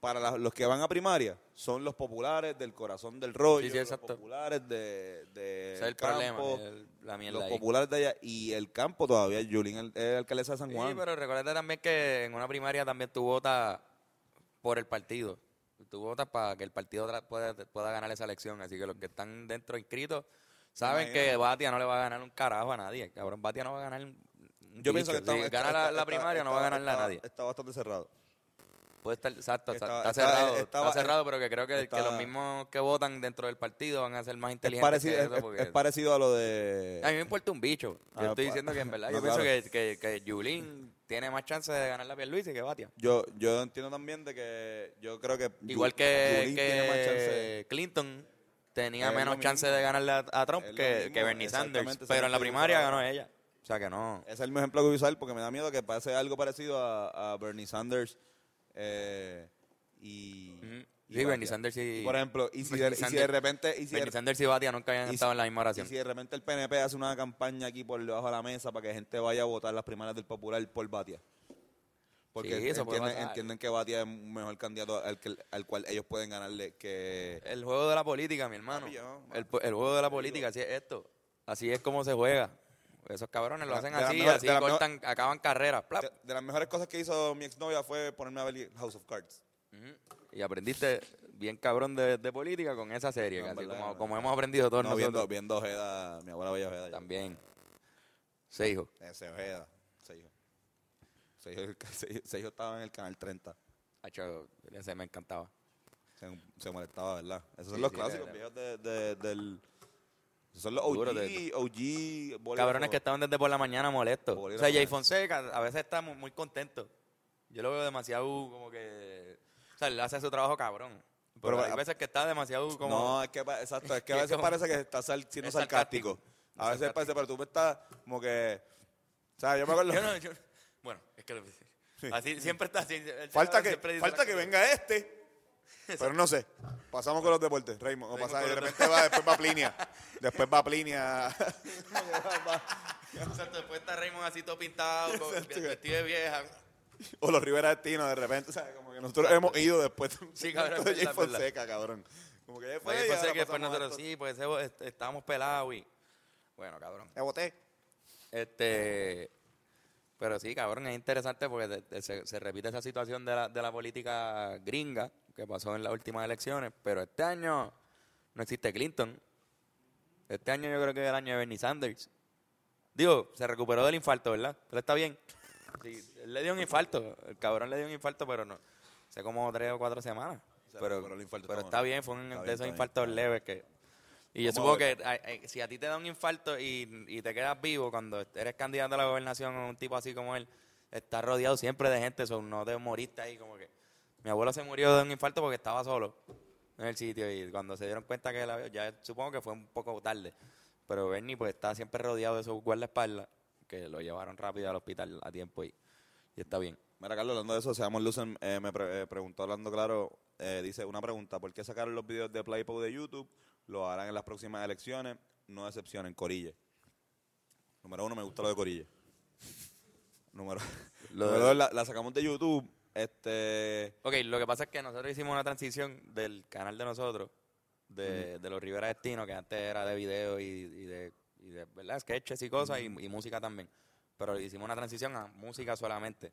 Speaker 2: Para la- los que van a primaria, son los populares del corazón del rollo,
Speaker 1: Sí, sí,
Speaker 2: los
Speaker 1: exacto.
Speaker 2: populares de, de
Speaker 1: Ese es el problema,
Speaker 2: campo,
Speaker 1: el- la mierda
Speaker 2: los
Speaker 1: ahí.
Speaker 2: populares de allá y el campo todavía. Yuri es el- alcaldesa de San Juan.
Speaker 1: Sí, pero recuerda también que en una primaria también tú votas por el partido. Tú votas para que el partido tra- pueda, pueda ganar esa elección. Así que los que están dentro inscritos saben
Speaker 2: Imagínate.
Speaker 1: que Batia no le va a ganar un carajo a nadie. Cabrón, Batia no va a ganar. un
Speaker 2: Yo pienso que
Speaker 1: bicho.
Speaker 2: está,
Speaker 1: Si
Speaker 2: está-
Speaker 1: gana la, la
Speaker 2: está- está-
Speaker 1: primaria, no
Speaker 2: está-
Speaker 1: va a ganarla
Speaker 2: está-
Speaker 1: a nadie.
Speaker 2: Está bastante cerrado.
Speaker 1: Puede estar, exacto, está,
Speaker 2: Estaba-
Speaker 1: está
Speaker 2: estaba-
Speaker 1: cerrado,
Speaker 2: estaba-
Speaker 1: está cerrado, pero que creo que, que
Speaker 2: estaba-
Speaker 1: los mismos que votan dentro del partido van a ser más
Speaker 2: Es
Speaker 1: inteligentes.
Speaker 2: parecido,
Speaker 1: que
Speaker 2: es,
Speaker 1: eso, porque-
Speaker 2: es parecido a lo de.
Speaker 1: a mí me importa un bicho. Yo
Speaker 2: Ah,
Speaker 1: estoy
Speaker 2: pa-
Speaker 1: diciendo que en verdad
Speaker 2: No,
Speaker 1: yo pienso
Speaker 2: claro.
Speaker 1: que, que, que Yulín tiene más chance de ganar la Pierluisi que Batia.
Speaker 2: Yo, yo entiendo también de que yo creo que Yu-
Speaker 1: Igual que,
Speaker 2: Yulín tiene más chance.
Speaker 1: que Clinton tenía
Speaker 2: Es lo
Speaker 1: menos
Speaker 2: mismo.
Speaker 1: chance de ganarle a, a Trump
Speaker 2: Es lo
Speaker 1: que,
Speaker 2: mismo,
Speaker 1: que Bernie Sanders.
Speaker 2: exactamente,
Speaker 1: Pero en la
Speaker 2: exactamente
Speaker 1: primaria
Speaker 2: igual.
Speaker 1: ganó ella. O sea que no.
Speaker 2: Ese es el mismo ejemplo que voy a usar porque me da miedo que pase algo parecido a, a Bernie Sanders eh, y,
Speaker 1: Ujú.
Speaker 2: y
Speaker 1: Sí, Bernie
Speaker 2: Batia.
Speaker 1: Sanders y-
Speaker 2: Por ejemplo, y si,
Speaker 1: Bernie
Speaker 2: de, y si de
Speaker 1: Sanders-
Speaker 2: repente... Y si de-
Speaker 1: Bernie Sanders y Batia nunca habían
Speaker 2: y si-
Speaker 1: estado en la misma oración.
Speaker 2: y si de repente el PNP hace una campaña aquí por debajo de la mesa para que gente vaya a votar las primarias del Popular por Batia. Porque
Speaker 1: Sí, eso puede
Speaker 2: entienden,
Speaker 1: pasar.
Speaker 2: entienden que Batia es un mejor candidato al, que- al cual ellos pueden ganarle que...
Speaker 1: El juego de la política, mi hermano.
Speaker 2: Papi, yo,
Speaker 1: El, po- el juego de la política, así es esto. Así es como se juega. Esos cabrones lo
Speaker 2: De-
Speaker 1: hacen
Speaker 2: de las
Speaker 1: así,
Speaker 2: mejores-
Speaker 1: así
Speaker 2: de las
Speaker 1: cortan, acaban carreras. plap.
Speaker 2: Ah, De, de las mejores cosas que hizo mi exnovia fue ponerme a ver House of Cards.
Speaker 1: Y aprendiste bien cabrón de, de política con esa serie,
Speaker 2: No, en
Speaker 1: así
Speaker 2: verdad,
Speaker 1: como,
Speaker 2: no.
Speaker 1: como hemos aprendido todos
Speaker 2: No, viendo,
Speaker 1: nosotros.
Speaker 2: viendo Ojeda, mi abuela veía Ojeda.
Speaker 1: También. Se dijo.
Speaker 2: Ese Ojeda, Seijo. Seijo, Seijo- Seijo estaba en el canal 30.
Speaker 1: Hacho, ese me encantaba.
Speaker 2: Se, se molestaba, ¿verdad? Esos son
Speaker 1: Sí,
Speaker 2: los
Speaker 1: sí,
Speaker 2: clásicos
Speaker 1: era-
Speaker 2: viejos de, de- del. Esos son los
Speaker 1: Duro,
Speaker 2: OG,
Speaker 1: de-
Speaker 2: OG, bolígrafo.
Speaker 1: Cabrones que estaban desde por la mañana molestos. O sea,
Speaker 2: Bolígrafo.
Speaker 1: Jay Fonseca a veces está muy, muy contento. Yo lo veo demasiado como que... O sea, él hace su trabajo cabrón. Pero,
Speaker 2: Pero,
Speaker 1: hay
Speaker 2: ah,
Speaker 1: veces que está demasiado como...
Speaker 2: No, es que, pa- exacto, es que a
Speaker 1: Es
Speaker 2: veces
Speaker 1: como-
Speaker 2: parece que está sal- siendo
Speaker 1: es sarcástico.
Speaker 2: sarcástico. A veces parece, pero tú me estás como que. O sea, yo me acuerdo.
Speaker 1: Yo no, yo- bueno, es que... lo- Así, siempre está así. él
Speaker 2: Falta que,
Speaker 1: siempre dice
Speaker 2: falta
Speaker 1: las
Speaker 2: que
Speaker 1: cosas.
Speaker 2: venga este. Pero no sé. Pasamos con los deportes, Raymond. O
Speaker 1: Seguimos
Speaker 2: pasa-
Speaker 1: con
Speaker 2: de
Speaker 1: los
Speaker 2: repente va, después va Plinia. Después va Plinia.
Speaker 1: Exacto, después está Raymond así todo pintado, con, vestido de vieja.
Speaker 2: o los Rivera Destino, de repente. ¿sabes? Como que nosotros hemos ido después de-
Speaker 1: Sí, cabrón,
Speaker 2: de
Speaker 1: es
Speaker 2: Jay
Speaker 1: verdad, es verdad.
Speaker 2: Fonseca, cabrón. Como que ya fue.
Speaker 1: Pues
Speaker 2: y
Speaker 1: después
Speaker 2: ahora
Speaker 1: que después
Speaker 2: pasamos a
Speaker 1: nosotros,
Speaker 2: esto.
Speaker 1: sí, pues ese- est- estábamos pelados y... Bueno, cabrón.
Speaker 2: Me boté.
Speaker 1: Este, pero sí, cabrón, es interesante porque de- de- se, se repite esa situación de la, de la política gringa que pasó en las últimas elecciones, pero este año no existe Clinton. Este año yo creo que es el año de Bernie Sanders. Digo, se recuperó del infarto, ¿verdad? Pero está bien. Sí, él le dio un infarto, el cabrón le dio un infarto, pero no. Sé como tres o cuatro semanas.
Speaker 2: Se
Speaker 1: Pero,
Speaker 2: recuperó el infarto,
Speaker 1: pero
Speaker 2: toma.
Speaker 1: está bien, fue un
Speaker 2: Está
Speaker 1: de
Speaker 2: bien,
Speaker 1: esos
Speaker 2: está bien.
Speaker 1: infartos leves que... Y yo
Speaker 2: Vamos a
Speaker 1: supongo que ay, ay, si a ti te da un infarto y, y te quedas vivo cuando eres candidato a la gobernación o un tipo así como él, estás rodeado siempre de gente, so, no te moriste ahí como que... Mi abuelo se murió de un infarto porque estaba solo en el sitio y cuando se dieron cuenta que él había- ya supongo que fue un poco tarde, pero Bernie pues estaba siempre rodeado de esos guardaespaldas que lo llevaron rápido al hospital a tiempo y, y está bien.
Speaker 2: Mira, Carlos, hablando de eso, Seamos Lucen eh, me pre- eh, preguntó, hablando claro, eh, dice una pregunta, ¿por qué sacaron los videos de Playpo de YouTube? Lo harán en las próximas elecciones, no decepcionen, Corille. Número uno, me gusta lo de Corille. Número, número dos, la, la sacamos de YouTube, este...
Speaker 1: Ok, lo que pasa es que nosotros hicimos una transición del canal de nosotros, de, de los Rivera Destino, que antes era de video y, y de, y de, ¿verdad? sketches y cosas, y- y, música también. Pero hicimos una transición a música solamente,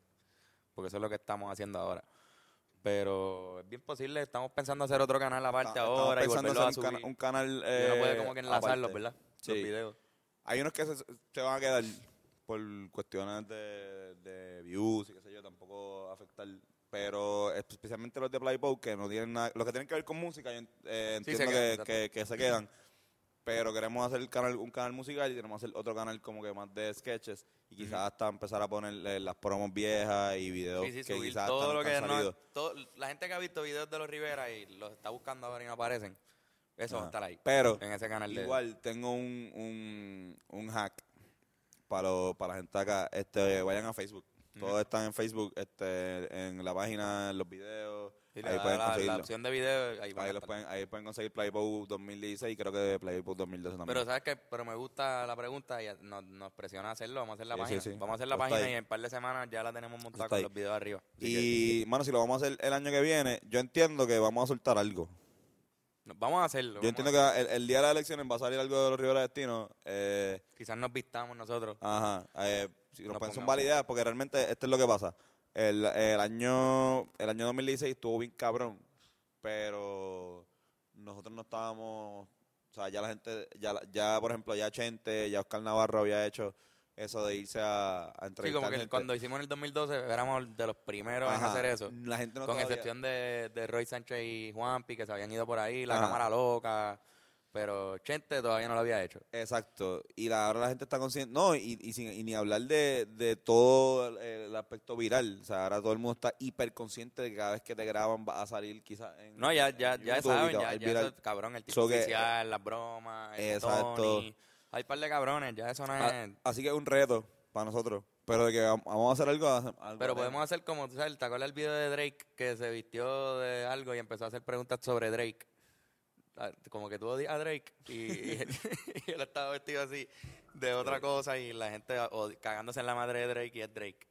Speaker 1: porque eso es lo que estamos haciendo ahora. Pero es bien posible, estamos pensando hacer otro canal aparte
Speaker 2: esta- estamos
Speaker 1: ahora y
Speaker 2: pensando
Speaker 1: volverlo a
Speaker 2: hacer un,
Speaker 1: subir.
Speaker 2: cana- un canal...
Speaker 1: Y uno puede
Speaker 2: eh,
Speaker 1: como que enlazarlos,
Speaker 2: aparte.
Speaker 1: ¿verdad? Los
Speaker 2: Sí.
Speaker 1: videos.
Speaker 2: Hay unos que se, se van a quedar por cuestiones de, de views y qué sé yo, tampoco afectar. Pero especialmente los de Playboy, que no tienen nada, los que tienen que ver con música, yo en- eh,
Speaker 1: Sí,
Speaker 2: entiendo
Speaker 1: se quedan,
Speaker 2: que, que- que se quedan. Pero queremos hacer el canal, un canal musical y queremos hacer otro canal como que más de sketches y quizás hasta empezar a poner eh, las promos viejas y videos
Speaker 1: Sí, sí,
Speaker 2: que
Speaker 1: subir
Speaker 2: quizás
Speaker 1: todo
Speaker 2: hasta
Speaker 1: lo que
Speaker 2: nunca han
Speaker 1: no-
Speaker 2: salido.
Speaker 1: todo- la gente que ha visto videos de los Rivera y los está buscando ahora y no aparecen, eso va a
Speaker 2: Ajá.
Speaker 1: estar ahí.
Speaker 2: Pero
Speaker 1: en ese canal de-
Speaker 2: igual tengo un, un, un hack para, lo- para la gente acá. Este, vayan a Facebook. Todos están en Facebook, este, en la página, en los videos, Y le
Speaker 1: ahí
Speaker 2: da
Speaker 1: pueden
Speaker 2: la- la
Speaker 1: conseguirlo.
Speaker 2: opción
Speaker 1: de video, ahí van a
Speaker 2: Ahí, los
Speaker 1: estar.
Speaker 2: pueden, ahí pueden conseguir Playboy 2016 y creo que Playboy 2012 también.
Speaker 1: Pero sabes que, pero me gusta la pregunta y nos, nos presiona a hacerlo. Vamos a hacer la
Speaker 2: Sí, sí,
Speaker 1: página.
Speaker 2: sí.
Speaker 1: Vamos a hacer la
Speaker 2: Está
Speaker 1: página
Speaker 2: ahí.
Speaker 1: y en un par de semanas ya la tenemos montada
Speaker 2: Está
Speaker 1: con
Speaker 2: ahí.
Speaker 1: los videos arriba. Así que-
Speaker 2: y, mano, si lo vamos a hacer el año que viene, yo entiendo que vamos a soltar algo.
Speaker 1: no, vamos a hacerlo.
Speaker 2: Yo
Speaker 1: vamos
Speaker 2: entiendo
Speaker 1: a
Speaker 2: que
Speaker 1: hacerlo.
Speaker 2: el, el día de las elecciones va a salir algo de los Rivera Destino. Eh,
Speaker 1: quizás nos vistamos nosotros.
Speaker 2: Ajá. eh, si nos
Speaker 1: Nos
Speaker 2: pueden
Speaker 1: pongamos.
Speaker 2: zumbar ideas, porque realmente esto es lo que pasa. El, el año el año 2016 estuvo bien cabrón, pero nosotros no estábamos... O sea, ya la gente, ya, la- ya por ejemplo, ya Chente, ya Oscar Navarro había hecho eso de irse a, a entrevistar
Speaker 1: Sí, como que
Speaker 2: gente.
Speaker 1: cuando hicimos en el 2012 éramos de los primeros en
Speaker 2: Ajá,
Speaker 1: hacer eso.
Speaker 2: La gente no
Speaker 1: con
Speaker 2: sabía.
Speaker 1: excepción de, de Roy Sánchez y Juanpi, que se habían ido por ahí, la
Speaker 2: Ajá.
Speaker 1: cámara loca. Pero Chente todavía no lo había hecho.
Speaker 2: Exacto. Y la, ahora la gente está consciente. No, y, y sin- y ni hablar de, de todo el, el aspecto viral. O sea, ahora todo el mundo está hiper consciente de que cada vez que te graban va a salir quizás en.
Speaker 1: No, ya, ya,
Speaker 2: en
Speaker 1: ya
Speaker 2: YouTube y
Speaker 1: saben,
Speaker 2: todo,
Speaker 1: ya,
Speaker 2: el
Speaker 1: ya
Speaker 2: viral.
Speaker 1: eso, cabrón, el tipo
Speaker 2: So que-
Speaker 1: oficial, las bromas, el
Speaker 2: Exacto.
Speaker 1: Tony. Hay un par de cabrones, ya eso no
Speaker 2: A-
Speaker 1: es...
Speaker 2: Ah, así que es un reto para nosotros. Pero de que vam- vamos a hacer algo. hace- algo
Speaker 1: Pero
Speaker 2: de-
Speaker 1: podemos hacer como, tú sabes, ¿te acuerdas el video de Drake que se vistió de algo y empezó a hacer preguntas sobre Drake? Ah, Como que tú odias a Drake y, y él, y él estaba vestido así de otra cosa y la gente odi- cagándose en la madre de Drake y es Drake.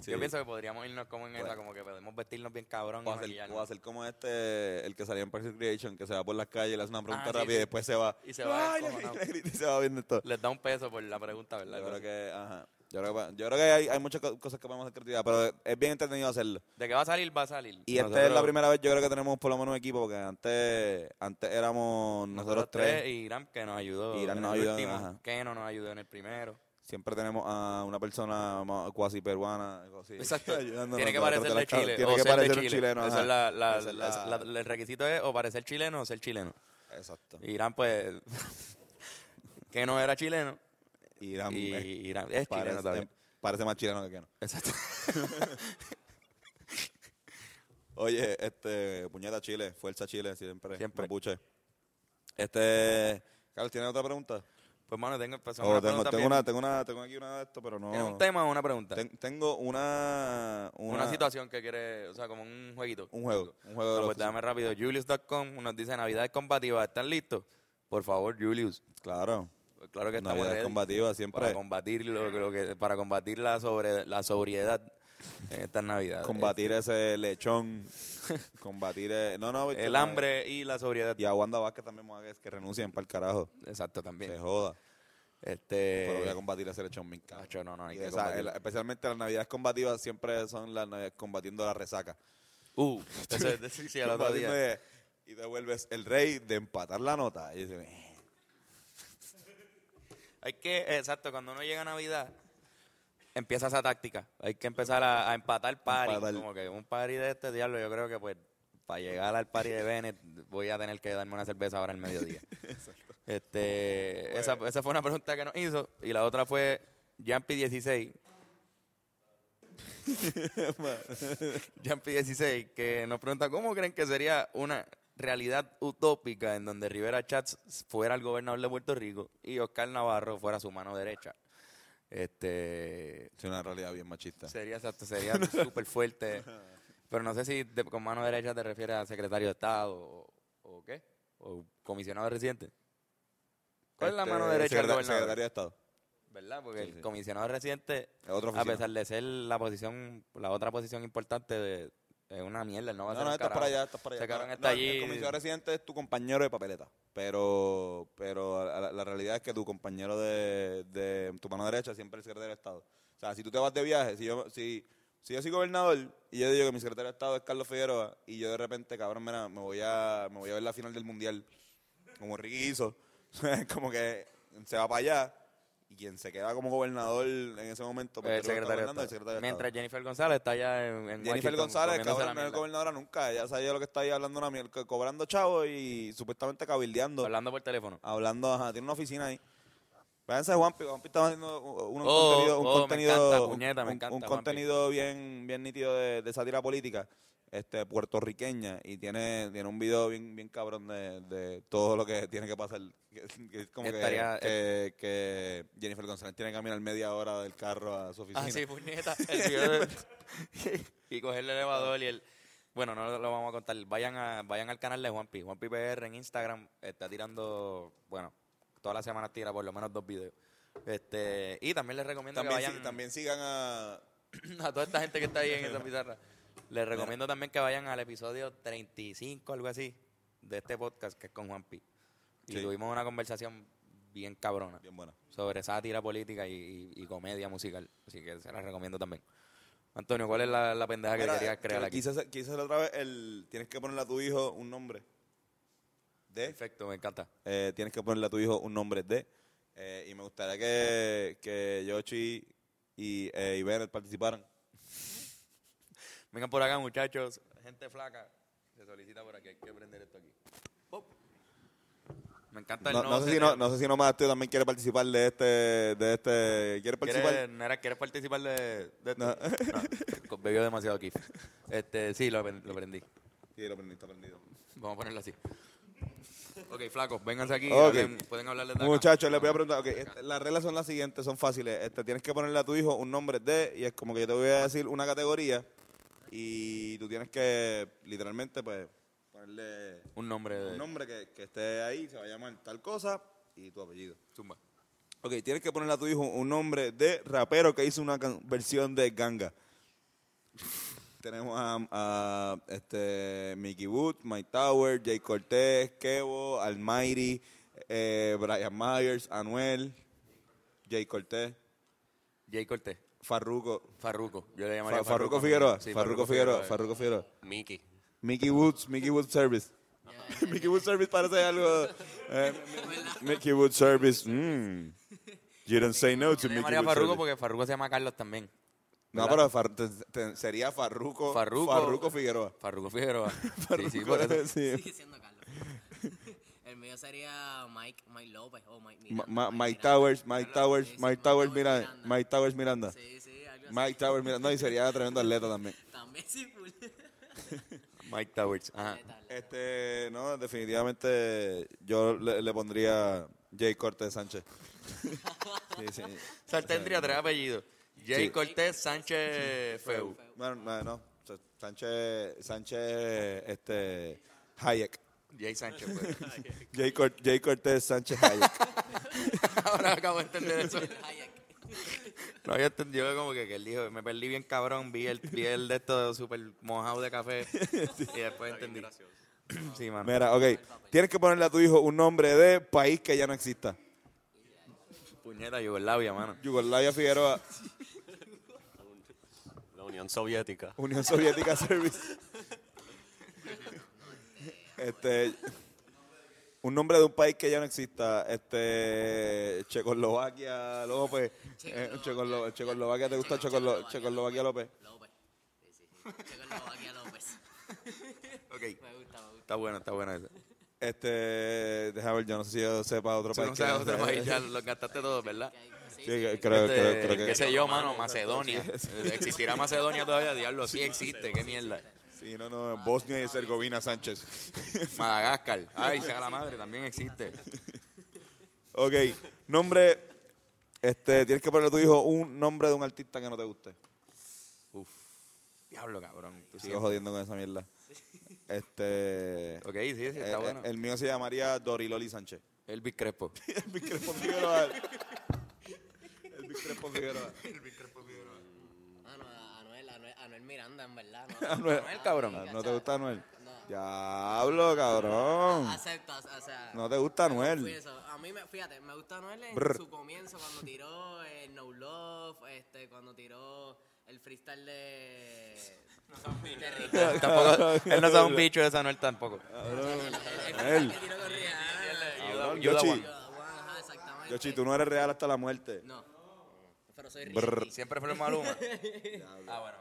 Speaker 2: Sí.
Speaker 1: Yo pienso que podríamos irnos como en esa,
Speaker 2: Bueno.
Speaker 1: como que podemos vestirnos bien cabrón.
Speaker 2: O
Speaker 1: y
Speaker 2: hacer,
Speaker 1: maquillarnos.
Speaker 2: o hacer como este, el que salía en Parks and Creation, que se va por las calles, le hace una pregunta
Speaker 1: Ah, sí,
Speaker 2: rápida y
Speaker 1: sí.
Speaker 2: después se va.
Speaker 1: Y se va
Speaker 2: Ay, le-
Speaker 1: encojonado.
Speaker 2: le grita y se va viendo esto.
Speaker 1: Les da un peso por la pregunta, ¿verdad?
Speaker 2: Yo creo que, ajá. Yo creo que, va- yo creo que hay, hay muchas co- cosas que podemos hacer creatividad, pero es bien entretenido hacerlo.
Speaker 1: ¿De qué va a salir? Va a salir.
Speaker 2: Y esta es la primera vez yo creo que tenemos por lo menos un equipo, porque antes, antes éramos nosotros tres.
Speaker 1: y Irán que nos ayudó.
Speaker 2: Y Irán
Speaker 1: en
Speaker 2: nos
Speaker 1: el
Speaker 2: ayudó,
Speaker 1: último,
Speaker 2: ajá.
Speaker 1: Keno nos ayudó en el primero.
Speaker 2: Siempre tenemos a una persona más cuasi peruana. algo así,
Speaker 1: Exacto.
Speaker 2: ayudándonos
Speaker 1: Tiene que
Speaker 2: a tratar
Speaker 1: parecer
Speaker 2: las
Speaker 1: de
Speaker 2: cosas.
Speaker 1: Chile.
Speaker 2: Tiene
Speaker 1: o
Speaker 2: que
Speaker 1: ser de
Speaker 2: parecer un
Speaker 1: Chile.
Speaker 2: chileno.
Speaker 1: Esa
Speaker 2: ajá.
Speaker 1: es la- la-
Speaker 2: Esa es
Speaker 1: la-
Speaker 2: la-
Speaker 1: la- el requisito es o parecer chileno o ser chileno.
Speaker 2: Exacto.
Speaker 1: Irán, pues, que no era chileno.
Speaker 2: Irán,
Speaker 1: y
Speaker 2: eh,
Speaker 1: Irán es chileno
Speaker 2: parece,
Speaker 1: también.
Speaker 2: eh, parece más chileno que no.
Speaker 1: Exacto.
Speaker 2: Oye, este, puñeta Chile, fuerza Chile, siempre.
Speaker 1: Siempre.
Speaker 2: Mapuche. Este, Carlos, ¿tienes otra pregunta?
Speaker 1: Pues, mano, tengo, pues,
Speaker 2: Oh,
Speaker 1: una
Speaker 2: tengo,
Speaker 1: pregunta
Speaker 2: tengo,
Speaker 1: bien-
Speaker 2: una, tengo, una, tengo aquí una de esto, pero no.
Speaker 1: ¿Tienes un tema o una pregunta?
Speaker 2: Ten- tengo una,
Speaker 1: una, situación que quiere, o sea, como un jueguito.
Speaker 2: Un juego. Un juego
Speaker 1: No,
Speaker 2: de los
Speaker 1: pues, déjame rápido. Julius.com nos dice Navidades combativas. ¿Están listos? Por favor, Julius.
Speaker 2: Claro.
Speaker 1: Pues, Claro que estamos
Speaker 2: Navidades
Speaker 1: ready.
Speaker 2: combativas
Speaker 1: para
Speaker 2: siempre.
Speaker 1: combatir lo, lo que para combatir la sobre la sobriedad en estas navidades
Speaker 2: Combatir ese lechón. combatir el, no, no,
Speaker 1: este. el,
Speaker 2: porque-
Speaker 1: hambre y la sobriedad
Speaker 2: Y a Wanda Vázquez también Moagues, que renuncien para el carajo.
Speaker 1: exacto también
Speaker 2: Se joda. Pero voy a
Speaker 1: este
Speaker 2: combatir ese lechón, me encanta.
Speaker 1: Acho, no, no, hay
Speaker 2: Y
Speaker 1: que
Speaker 2: esa-
Speaker 1: combatirlo.
Speaker 2: el- especialmente las navidades combativas siempre son las navidades combatiendo la resaca.
Speaker 1: uh eso es- sí, sí, el otro
Speaker 2: Combatiendo
Speaker 1: día
Speaker 2: de- y te vuelves el rey de empatar la nota. Y dices, "Eh".
Speaker 1: hay que exacto cuando uno llega a navidad empieza esa táctica hay que empezar a, a empatar party
Speaker 2: Empatar.
Speaker 1: como que un party de este diablo yo creo que pues para llegar al party de Bennett voy a tener que darme una cerveza ahora al mediodía Este, esa, esa fue una pregunta que nos hizo. Y la otra fue Jampi 16. Jampi 16, que nos pregunta, ¿cómo creen que sería una realidad utópica en donde Rivera Chats fuera el gobernador de Puerto Rico y Oscar Navarro fuera su mano derecha? Este,
Speaker 2: es una realidad bien machista.
Speaker 1: sería exacto, sería súper fuerte. Pero no sé si de- con mano derecha te refieres a secretario de Estado o, o qué, o comisionado residente. ¿Cuál es la
Speaker 2: Este,
Speaker 1: mano derecha del
Speaker 2: secreta-
Speaker 1: gobernador?
Speaker 2: Secretario de Estado.
Speaker 1: ¿Verdad? Porque
Speaker 2: Sí,
Speaker 1: el
Speaker 2: sí.
Speaker 1: comisionado reciente,
Speaker 2: Es otra
Speaker 1: a
Speaker 2: oficina.
Speaker 1: pesar de ser la posición, la otra posición importante de es una mierda, no va a
Speaker 2: No,
Speaker 1: ser
Speaker 2: no,
Speaker 1: un
Speaker 2: estás para
Speaker 1: carajo.
Speaker 2: allá, estás para allá.
Speaker 1: Ese cabrón
Speaker 2: No,
Speaker 1: está
Speaker 2: no,
Speaker 1: allí.
Speaker 2: El comisionado residente es tu compañero de papeleta. Pero, pero la, la- la realidad es que tu compañero de, de tu mano derecha siempre es el secretario de Estado. O sea, si tú te vas de viaje, si yo, si, si yo soy gobernador y yo digo que mi secretario de Estado es Carlos Figueroa y yo de repente, cabrón, mira, me voy a, me voy a ver la final del Mundial como Ricky hizo. como que se va para allá y quien se queda como gobernador en ese momento pues,
Speaker 1: el
Speaker 2: Puerto Rico está
Speaker 1: secretario de
Speaker 2: gobernando, el
Speaker 1: Estado.
Speaker 2: secretario de Estado.
Speaker 1: Mientras Jennifer González está allá en, en
Speaker 2: Jennifer
Speaker 1: Washington
Speaker 2: González,
Speaker 1: comiéndose la
Speaker 2: cabrón, no es
Speaker 1: mierda.
Speaker 2: gobernadora nunca. Ella sabía lo que está ahí hablando una mierda, co- cobrando chavo y supuestamente cabildeando.
Speaker 1: hablando por teléfono.
Speaker 2: Hablando, ajá, tiene una oficina ahí. Váyanse a Juanpi, Juanpi está haciendo un, un
Speaker 1: Oh,
Speaker 2: contenido, un
Speaker 1: oh, me
Speaker 2: contenido,
Speaker 1: encanta, puñeta, me
Speaker 2: un-
Speaker 1: encanta,
Speaker 2: un
Speaker 1: Juanpi.
Speaker 2: contenido bien, bien nítido de, de sátira política, este, puertorriqueña, y tiene, tiene un video bien, bien cabrón de, de todo lo que tiene que pasar. Que, que es como que-
Speaker 1: Estaría- eh,
Speaker 2: que, que Jennifer González tiene que caminar media hora del carro a su oficina.
Speaker 1: Ah, sí, puñeta. El video de- y coger el elevador y el. Bueno, no lo- lo vamos a contar. Vayan, a, vayan al canal de Juanpi. Juanpi PR en Instagram está tirando, bueno, todas las semanas tira por lo menos dos videos. Este, y también les recomiendo
Speaker 2: También,
Speaker 1: que
Speaker 2: si-
Speaker 1: vayan
Speaker 2: también sigan a.
Speaker 1: a toda esta gente que está ahí en esa pizarra. Les recomiendo también que vayan al episodio 35, algo así, de este podcast que es con Juanpi. Y
Speaker 2: Sí.
Speaker 1: tuvimos una conversación bien cabrona
Speaker 2: Bien buena.
Speaker 1: sobre sátira política y, y- y comedia musical. Así que se las recomiendo también. Antonio, ¿cuál es la, la pendeja que
Speaker 2: Mira, eh,
Speaker 1: querías crear
Speaker 2: que
Speaker 1: aquí?
Speaker 2: Quise hacer, quise hacer otra vez el. Tienes que ponerle a tu hijo un nombre. De.
Speaker 1: Perfecto, me encanta.
Speaker 2: eh, tienes que ponerle a tu hijo un nombre de. eh, y me gustaría que, que Yoshi y, eh, y Bennett participaran.
Speaker 1: Vengan por acá, muchachos. Gente flaca. Se solicita por aquí. Hay que prender esto aquí. Pop. Me encanta el
Speaker 2: No,
Speaker 1: nuevo
Speaker 2: no sé si
Speaker 1: seteo.
Speaker 2: no, no sé si nomás tú también quiere participar de este, de este, quiere
Speaker 1: ¿Quieres,
Speaker 2: participar.
Speaker 1: Nera, ¿quieres participar de, de esto?
Speaker 2: No.
Speaker 1: No, bebió demasiado aquí. Este, sí, lo, aprend- lo aprendí.
Speaker 2: Sí, lo aprendí, está aprendido.
Speaker 1: Vamos a ponerlo así. Ok, flacos, vénganse aquí.
Speaker 2: Ok.
Speaker 1: hablen- Pueden hablar de acá.
Speaker 2: Muchachos, les voy a preguntar, ok, este, las reglas son las siguientes, son fáciles. Este, tienes que ponerle a tu hijo un nombre de, y es como que yo te voy a decir una categoría, y tú tienes que, literalmente, pues, ponerle
Speaker 1: Un nombre de...
Speaker 2: un nombre que, que esté ahí, se va a llamar tal cosa, y tu apellido.
Speaker 1: Zumba.
Speaker 2: Ok, tienes que ponerle a tu hijo un nombre de rapero que hizo una can- versión de Ganga. Tenemos a, a, este, Mickey Wood, Mike Tower, Jay Cortez, Kevo, Almighty, eh, Brian Myers, Anuel, Jay Cortez,
Speaker 1: Jay Cortés.
Speaker 2: Farruko.
Speaker 1: Farruko. Yo le llamaría
Speaker 2: Fa- Farruko
Speaker 1: Farruko
Speaker 2: Figueroa.
Speaker 1: Sí,
Speaker 2: Farruko Figueroa.
Speaker 1: eh.
Speaker 2: Farruko Figueroa.
Speaker 5: Mickey.
Speaker 2: Mickey Woods, Mickey Woods Service. Mickey Woods Service parece algo. eh, Mickey Woods Service. mm. You don't say no to
Speaker 1: Yo le
Speaker 2: Mickey
Speaker 1: llamaría
Speaker 2: Woods
Speaker 1: Farruko
Speaker 2: Service.
Speaker 1: porque Farruko se llama Carlos también.
Speaker 2: No, pero Far- te- te- sería Farruco.
Speaker 1: Farruco.
Speaker 2: Figueroa.
Speaker 1: Farruko Figueroa. sí, sí, por eso.
Speaker 2: Sí.
Speaker 6: Sigue siendo Carlos. El mío sería Mike, Mike López o Mike
Speaker 2: Ma-
Speaker 6: Miranda.
Speaker 2: Ma- Mike
Speaker 6: Miranda.
Speaker 2: Towers, Mike Towers,
Speaker 6: Sí, sí,
Speaker 2: Mike Towers
Speaker 6: Miranda.
Speaker 2: Miranda. Mike Towers Miranda.
Speaker 6: Sí, sí, algo así.
Speaker 2: Mike Towers Miranda. No, y sería tremendo atleta también.
Speaker 6: También sí, full.
Speaker 1: Mike Towers. Ajá.
Speaker 2: Este, no, definitivamente yo le, le pondría Jay Cortés Sánchez. Sí, sí.
Speaker 1: O sea, él tendría tres apellidos. Jay
Speaker 2: Sí.
Speaker 1: Cortés Sánchez Feu.
Speaker 2: Bueno, no, no. Sánchez, Sánchez, este, Hayek.
Speaker 1: Jay Sánchez, pues.
Speaker 2: Jay, Cor- Jay Cortés Sánchez Hayek.
Speaker 1: Ahora acabo de entender eso.
Speaker 6: Hayek.
Speaker 1: No había entendido como que, que él dijo, me perdí bien cabrón, vi el, vi el de esto súper mojado de café y después entendí. sí, mano.
Speaker 2: Mira, ok. Tienes que ponerle a tu hijo un nombre de país que ya no exista.
Speaker 1: Puñeta, Yugoslavia, mano.
Speaker 2: Yugoslavia Figueroa,
Speaker 9: La Unión Soviética.
Speaker 2: Unión Soviética Service. Este, un nombre de un país que ya no exista. Este, Checoslovaquia López. Eh, Checoslo- Checoslovaquia, ¿te gusta Checoslo- Checoslovaquia López?
Speaker 6: López. Sí, sí. Checoslovaquia López. Me gusta,
Speaker 1: Ok,
Speaker 6: me gusta.
Speaker 1: está bueno, está bueno
Speaker 2: Pues
Speaker 1: eso.
Speaker 2: Este, déjame ver, yo no sé si yo sepa otro
Speaker 1: Tú
Speaker 2: país.
Speaker 1: no
Speaker 2: que-
Speaker 1: sabes otro país, ya lo gastaste todo, ¿verdad?
Speaker 6: Que hay- sí,
Speaker 2: Sí, creo,
Speaker 1: Este,
Speaker 2: creo- creo
Speaker 1: qué
Speaker 2: que
Speaker 1: sé yo, mano, Macedonia. ¿Existirá Macedonia todavía? Diablo, sí existe, qué mierda.
Speaker 2: Sí, no, no, Bosnia y Herzegovina Sánchez.
Speaker 1: Madagascar, ay, sea la madre, también existe.
Speaker 2: Ok, nombre. Este, tienes que ponerle a tu hijo un nombre de un artista que no te guste.
Speaker 1: Diablo, cabrón. tú
Speaker 2: Sigo
Speaker 1: siempre-
Speaker 2: jodiendo con esa mierda. Este.
Speaker 1: Ok, sí, sí,
Speaker 2: eh, eh,
Speaker 1: está bueno.
Speaker 2: El mío se llamaría Doriloli Sánchez.
Speaker 1: Elvis Crespo.
Speaker 2: Elvis Crespo Figueroa. Elvis Crespo Figueroa.
Speaker 6: Ah, no, a- Anuel, Anuel, Anuel Miranda, en verdad. No,
Speaker 2: Anuel,
Speaker 6: Ah,
Speaker 1: cabrón.
Speaker 6: sí,
Speaker 2: ¿No te
Speaker 6: cachai.
Speaker 2: gusta Anuel?
Speaker 6: No.
Speaker 2: Diablo, cabrón.
Speaker 6: Acepto, o sea.
Speaker 2: No te gusta
Speaker 6: Fui
Speaker 2: Anuel.
Speaker 6: eso. A mí, me, fíjate, me gusta Anuel en
Speaker 2: Brr.
Speaker 6: su comienzo, cuando tiró el No Love, este, cuando tiró el freestyle de... de Rihanna.
Speaker 1: Tampoco, él no sabe un bicho de Sanuel tampoco.
Speaker 6: El freestyle
Speaker 2: Él.
Speaker 6: que tiró con Rihanna.
Speaker 2: Cabrón,
Speaker 1: Yoda
Speaker 2: Yoshi,
Speaker 1: One.
Speaker 6: Ah, Ajá, exactamente.
Speaker 2: Yoshi, tú no eres real hasta la muerte.
Speaker 6: No. Pero soy real
Speaker 2: Brr.
Speaker 6: G.
Speaker 1: Siempre fue el Maluma.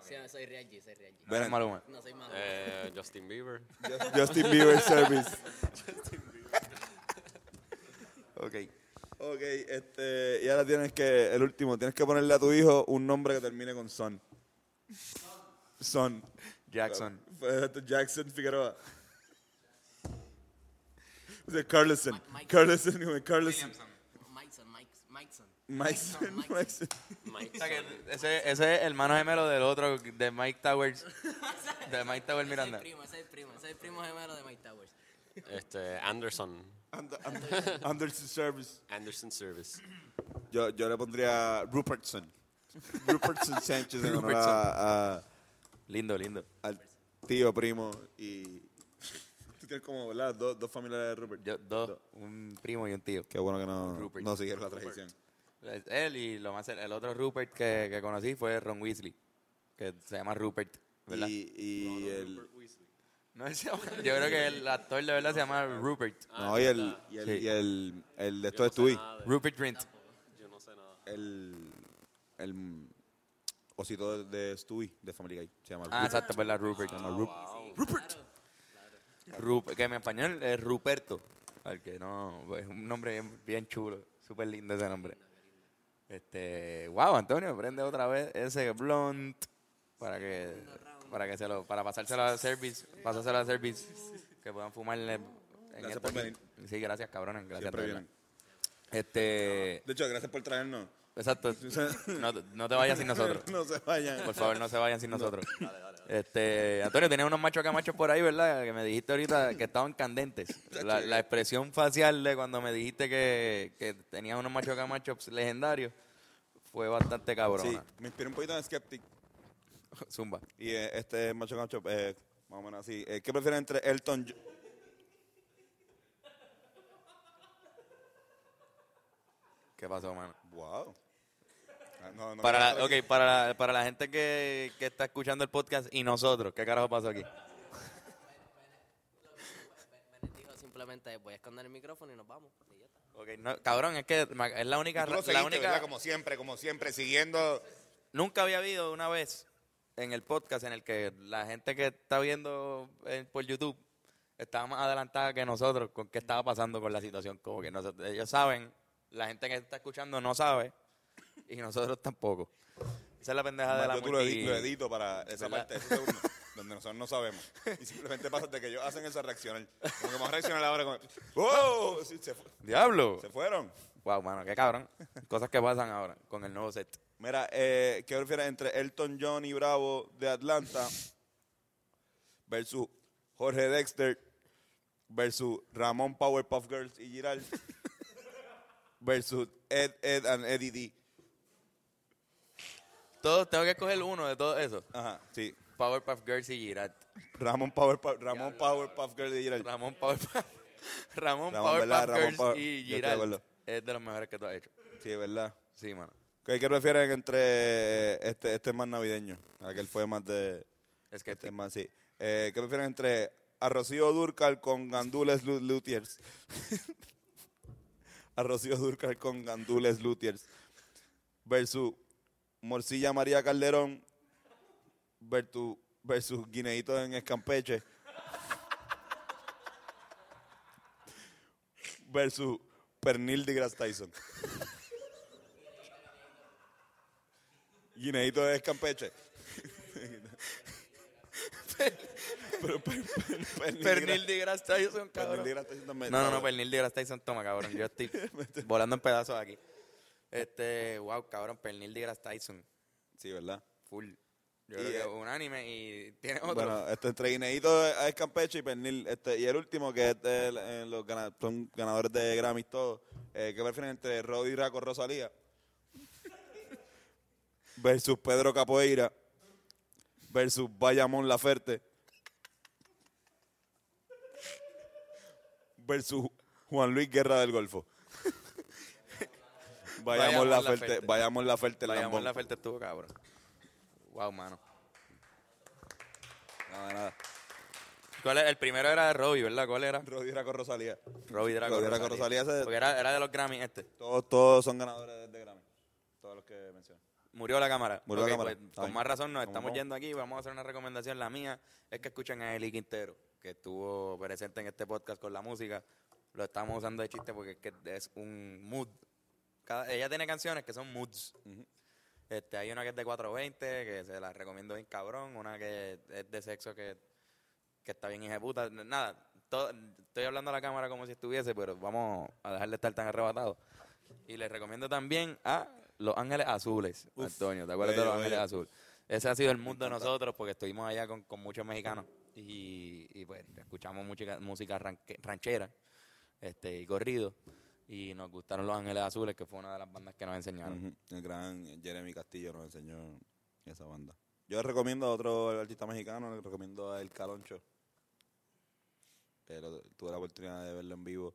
Speaker 6: Sí, soy real G, soy real G.
Speaker 1: Bueno, es Maluma.
Speaker 6: No soy malo.
Speaker 9: Eh, Justin Bieber.
Speaker 2: Justin Bieber Service.
Speaker 1: Ok.
Speaker 2: Ok, este, y ahora tienes que, el último, tienes que ponerle a tu hijo un nombre que termine con son. Son.
Speaker 1: Jackson.
Speaker 2: Eh, Jackson Figueroa. O sea, Carlson.
Speaker 6: Mike- Mike-
Speaker 2: Carlson, güey, Carlson.
Speaker 6: Mikeson, Mikeson, Mikeson.
Speaker 2: Mike Mike-
Speaker 9: Mike
Speaker 1: O sea, que
Speaker 9: Son-
Speaker 1: ese, ese es hermano gemelo del otro, de Mike Towers. De Mike Towers
Speaker 6: Ese es el
Speaker 1: Miranda.
Speaker 6: primo, ese es el primo, ese es el primo gemelo de Mike Towers.
Speaker 9: Este, Anderson.
Speaker 2: And- and- Anderson Service.
Speaker 9: Anderson Service.
Speaker 2: Yo, yo le pondría Rupertson. Rupertson Sánchez en honor a- a-
Speaker 1: Lindo, lindo.
Speaker 2: al tío, primo y... Tú tienes como, ¿verdad? Dos, dos familiares de Rupert.
Speaker 1: Yo, dos, un primo y un tío.
Speaker 2: Qué bueno que no,
Speaker 1: Rupert.
Speaker 2: no siguieron la tradición.
Speaker 1: Es Él y lo más, el otro Rupert que, que conocí fue Ron Weasley, que se llama Rupert, ¿verdad?
Speaker 2: Y, y el...
Speaker 1: No, él se llama- yo creo que el actor de verdad se llama Rupert.
Speaker 2: No, y el... Y el,
Speaker 1: Ah, Sí.
Speaker 2: y el, el de esto es Tui.
Speaker 1: Rupert Grint.
Speaker 9: Yo no sé nada.
Speaker 2: El... El... Osito de, de Stewie, de Family Guy. Se llama
Speaker 1: Ah,
Speaker 2: Rupert.
Speaker 1: exacto, ¿verdad? Rupert.
Speaker 2: Se llama Rupert.
Speaker 1: Rup- que en español es Ruperto. Al que no, es un nombre bien, bien chulo. Súper lindo ese nombre. Este, wow, Antonio, prende otra vez ese blunt para que para que se lo para pasárselo a service, pasárselo a service que puedan fumarle en
Speaker 2: Gracias
Speaker 1: esta
Speaker 2: por
Speaker 1: aquí. Sí, gracias, cabrones, gracias. de verdad. Este,
Speaker 2: De hecho, gracias por traernos.
Speaker 1: exacto. No, no te vayas sin nosotros.
Speaker 2: no se vayan.
Speaker 1: Por favor, no se vayan sin nosotros. Este, Antonio, tenías unos machos camachos por ahí, ¿verdad? Que me dijiste ahorita que estaban candentes. La, la expresión facial de cuando me dijiste que, que tenías unos machos camachos legendarios fue bastante
Speaker 2: Sí,
Speaker 1: cabrona.
Speaker 2: me inspiré un poquito en Skeptic.
Speaker 1: Zumba.
Speaker 2: Y eh, este Macho Gancho, eh, más o menos así. Eh, ¿Qué prefieren entre Elton John?
Speaker 1: ¿Qué pasó, mano?
Speaker 2: Wow. Ah, no, no,
Speaker 1: Para
Speaker 2: no,
Speaker 1: la, ok, para la, para la gente que, que está escuchando el podcast y nosotros, ¿qué carajo pasó aquí?
Speaker 6: Bennett dijo simplemente, voy a esconder el micrófono y nos vamos. Y ya está.
Speaker 1: Ok, no, cabrón, es que ma- es la única...
Speaker 10: Tú lo
Speaker 1: ra-
Speaker 10: seguiste,
Speaker 1: la única
Speaker 10: ¿verdad? Como siempre, como siempre, siguiendo.
Speaker 1: Nunca había habido una vez en el podcast en el que la gente que está viendo eh, por YouTube estaba más adelantada que nosotros con qué estaba pasando con la situación. Como que nosotros- ellos saben, la gente que está escuchando no sabe y nosotros tampoco. Esa es la pendeja de la
Speaker 2: yo tú lo,
Speaker 1: multi-
Speaker 2: edi- lo edito para esa
Speaker 1: ¿Verdad?
Speaker 2: parte, ese segundo, donde nosotros no sabemos. Y simplemente pasa de que ellos hacen eso a reaccionar. Como que más reaccionar ahora como... ¡Wow! Sí, se, fu-
Speaker 1: ¡Diablo!
Speaker 2: se fueron.
Speaker 1: Wow, mano, qué cabrón. Cosas que pasan ahora con el nuevo set.
Speaker 2: Mira, eh, ¿qué prefieres entre Elton John y Bravo de Atlanta versus Jorge Dexter versus Ramón Powerpuff Girls y Giral versus Ed, Ed and Eddie D?
Speaker 1: Todos, tengo que escoger uno de todo eso.
Speaker 2: Ajá, sí.
Speaker 1: Powerpuff Girls y Girard.
Speaker 2: Ramón Powerpuff, Ramón Powerpuff Girls y Giral.
Speaker 1: Ramón Powerpuff, Ramón
Speaker 2: Ramón,
Speaker 1: Powerpuff
Speaker 2: ¿verdad? Ramón
Speaker 1: Girls
Speaker 2: Power- yo
Speaker 1: y
Speaker 2: estoy de
Speaker 1: Girard.
Speaker 2: acuerdo.
Speaker 1: Es de los mejores que tú has hecho.
Speaker 2: Sí, ¿verdad?
Speaker 1: Sí, mano.
Speaker 2: ¿Qué, qué prefieren entre este, este es más navideño? Aquel fue más de...
Speaker 1: Es que
Speaker 2: Este es más, sí. Eh, ¿Qué prefieren entre a Rocío Durcal con Gandules Lu- Luthiers? a Rocío Durcal con Gandules Luthiers. Versus Morcilla María Calderón versus, versus Guineíto en Escampeche. versus Pernil de Gras Tyson. Guineíto en Escampeche. Pero per- per- Pernil de
Speaker 1: Pernil
Speaker 2: Gras-
Speaker 1: de Gras Tyson,
Speaker 2: Pernil de
Speaker 1: cabrón.
Speaker 2: Gras Tyson también.
Speaker 1: No, no, no, Pernil de Gras Tyson, toma, cabrón. Yo estoy volando en pedazos aquí. Este, wow, cabrón, Pernil de Gras Tyson.
Speaker 2: Sí, ¿verdad?
Speaker 1: Full. Yo
Speaker 2: Y,
Speaker 1: creo que
Speaker 2: eh,
Speaker 1: unánime y tiene otro.
Speaker 2: Bueno, este, entre Guineíto es Campeche y Pernil. Este, y el último, que es de- eh, los gana- son ganadores de Grammy todos. Eh, ¿Qué prefieren entre Roddy Raco Rosalía? versus Pedro Capoeira. Versus Bayamón Laferte. Versus Juan Luis Guerra del Golfo.
Speaker 1: Bayamón
Speaker 2: Bayamón Laferte,
Speaker 1: Laferte.
Speaker 2: Bayamón Laferte,
Speaker 1: la llamó
Speaker 2: Lambón.
Speaker 1: en la oferta estuvo, cabrón. Wow, mano.
Speaker 2: Nada, nada.
Speaker 1: ¿Cuál es? El primero era de Robbie, ¿verdad? ¿Cuál era?
Speaker 2: Roddy Raco Rosalía.
Speaker 1: Robbie Draco.
Speaker 2: Robbie Draco Rosalía se-
Speaker 1: Porque era, era de los Grammy este.
Speaker 2: Todos, todos son ganadores de Grammy. Todos los que mencioné.
Speaker 1: Murió la cámara.
Speaker 2: Murió la
Speaker 1: Ok,
Speaker 2: cámara.
Speaker 1: pues,
Speaker 2: Está
Speaker 1: con
Speaker 2: bien.
Speaker 1: más razón nos
Speaker 2: Vamos,
Speaker 1: estamos
Speaker 2: vamos.
Speaker 1: yendo aquí. Vamos a hacer una recomendación. La mía es que escuchen a Eli Quintero, que estuvo presente en este podcast con la música. Lo estamos usando de chiste porque es, que es un mood. Cada- ella tiene canciones que son moods. este, hay una que es de 420, que se la recomiendo bien cabrón. Una que es de sexo que, que está bien ejecuta. Nada, to- estoy hablando a la cámara como si estuviese, pero vamos a dejar de estar tan arrebatados. Y les recomiendo también a Los Ángeles Azules, Antonio. ¿Te acuerdas de
Speaker 2: bello,
Speaker 1: Los Ángeles
Speaker 2: bello.
Speaker 1: Azules? Ese ha sido el mundo de nosotros porque estuvimos allá con, con muchos mexicanos y, y, pues escuchamos música, música ranque- ranchera este, y corrido. Y nos gustaron Los Ángeles Azules, que fue una de las bandas que nos enseñaron.
Speaker 2: Ujú. El gran Jeremy Castillo nos enseñó esa banda. Yo recomiendo a otro artista mexicano, le recomiendo a El Caloncho. El otro- tuve la oportunidad de verlo en vivo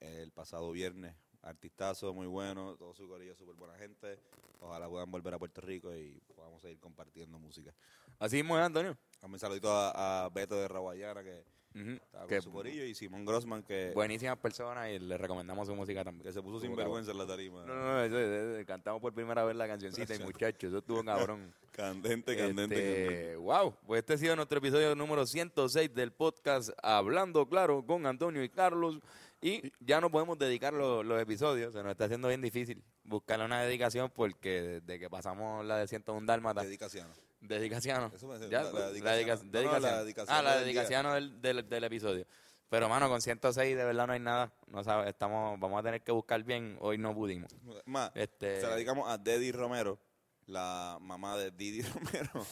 Speaker 2: el pasado viernes. Artistazo muy bueno, todo su corillo súper buena gente. Ojalá puedan volver a Puerto Rico y podamos seguir compartiendo música.
Speaker 1: Así mismo es, Antonio.
Speaker 2: Un saludito a, a Beto de Rawayana que
Speaker 1: Ujú.
Speaker 2: estaba con
Speaker 1: Que
Speaker 2: su corillo y Simón Grossman que,
Speaker 1: Buenísimas personas y les recomendamos su música también.
Speaker 2: que se puso
Speaker 1: Estuvo
Speaker 2: sinvergüenza en la tarima.
Speaker 1: cabrón. No, no, no, eso- eso- cantamos por primera vez la cancioncita y muchachos, eso estuvo cabrón.
Speaker 2: Candente, candente, candente.
Speaker 1: Este, wow, pues este ha sido nuestro episodio número 106 del podcast Hablando Claro con Antonio y Carlos. Y ya no podemos dedicar lo- los episodios, se nos está haciendo bien difícil buscar una dedicación porque desde que pasamos la de 101 Dálmata,
Speaker 2: Dedicación.
Speaker 1: dedicación.
Speaker 2: Eso me-
Speaker 1: Ya,
Speaker 2: la- la
Speaker 1: pues, la
Speaker 2: dedicación.
Speaker 1: dedica-
Speaker 2: No, no,
Speaker 1: dedicación.
Speaker 2: la dedicación
Speaker 1: Ah, la
Speaker 2: del día.
Speaker 1: dedicación del, del- del episodio. Pero, mano, con 106 de verdad no hay nada. No sabe- estamos, vamos a tener que buscar bien. Hoy no pudimos.
Speaker 2: Más,
Speaker 1: Este-
Speaker 2: se la dedicamos a Deddy Romero, la mamá de Didi Romero.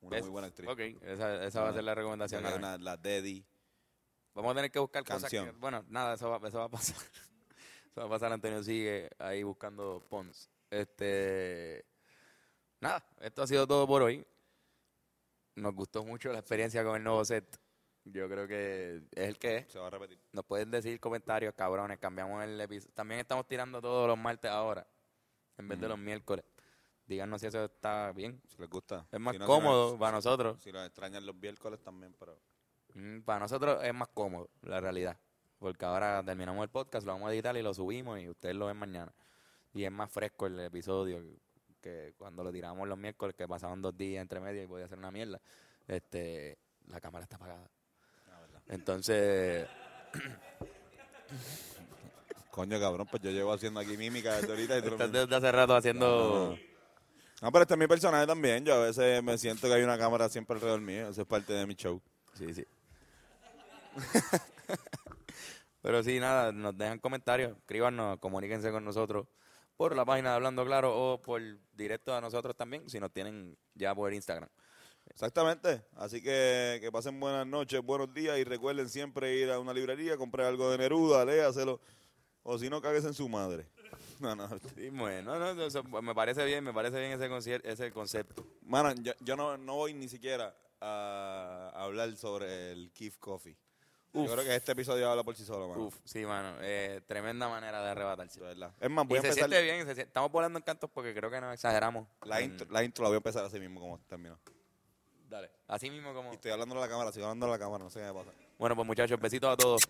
Speaker 2: Una
Speaker 1: Es-
Speaker 2: muy buena actriz.
Speaker 1: Ok, esa, esa va a ser la recomendación.
Speaker 2: Una-
Speaker 1: ahora.
Speaker 2: una- la Deddy.
Speaker 1: Vamos a tener que buscar cosas
Speaker 2: Canción.
Speaker 1: que, bueno, nada, eso va, eso va a pasar. Eso va a pasar, Antonio sigue ahí buscando Pons. Este nada, esto ha sido todo por hoy. Nos gustó mucho la experiencia con el nuevo set. Yo creo que es el que es.
Speaker 2: Se va a repetir.
Speaker 1: Nos pueden decir comentarios, cabrones. Cambiamos el episodio. También estamos tirando todos los martes ahora, en vez de los miércoles. Díganos si eso está bien.
Speaker 2: Si les gusta.
Speaker 1: Es más
Speaker 2: Si no, si
Speaker 1: cómodo
Speaker 2: los-
Speaker 1: para nosotros.
Speaker 2: Si los extrañan los miércoles también, pero.
Speaker 1: Mm, Para nosotros es más cómodo, la realidad. Porque ahora terminamos el podcast, lo vamos a editar y lo subimos y ustedes lo ven mañana. Y es más fresco el episodio que cuando lo tiramos los miércoles, que pasaban dos días entre medio y podía hacer una mierda. Este, la cámara está apagada.
Speaker 2: Ah,
Speaker 1: Entonces,
Speaker 2: Coño, cabrón, pues yo llevo haciendo aquí mímica desde ahorita. Y tú no
Speaker 1: estás
Speaker 2: me-
Speaker 1: desde hace rato
Speaker 2: No,
Speaker 1: haciendo...
Speaker 2: no, no, pero este es mi personaje también. Yo a veces me siento que hay una cámara siempre alrededor mío. Eso es parte de mi show.
Speaker 1: Sí, sí. Pero sí, nada, nos dejan comentarios, escríbanos, comuníquense con nosotros por la página de Hablando Claro o por directo a nosotros también, si nos tienen ya por Instagram.
Speaker 2: Exactamente. Así que que pasen buenas noches, buenos días y recuerden siempre ir a una librería, comprar algo de Neruda, léaselo. O si no, cagues en su madre. No, no.
Speaker 1: Sí, bueno, no, no, eso, me parece bien, me parece bien ese, concier- ese concepto.
Speaker 2: Mano, yo, yo no, no voy ni siquiera a, a hablar sobre el Keef Coffee.
Speaker 1: Uf.
Speaker 2: Yo creo que este episodio habla por sí solo, mano.
Speaker 1: Uf, sí, mano, eh, tremenda manera de arrebatarse.
Speaker 2: De verdad. Es más, voy
Speaker 1: Y
Speaker 2: a
Speaker 1: se
Speaker 2: empezar.
Speaker 1: siente bien, se siente- estamos volando en cantos porque creo que nos exageramos.
Speaker 2: La,
Speaker 1: en-
Speaker 2: intro, la intro la voy a empezar así mismo como terminó.
Speaker 1: Dale, así mismo como...
Speaker 2: Y estoy hablando a la cámara, sigo hablando a la cámara, no sé qué me pasa.
Speaker 1: Bueno, pues muchachos, besitos a todos.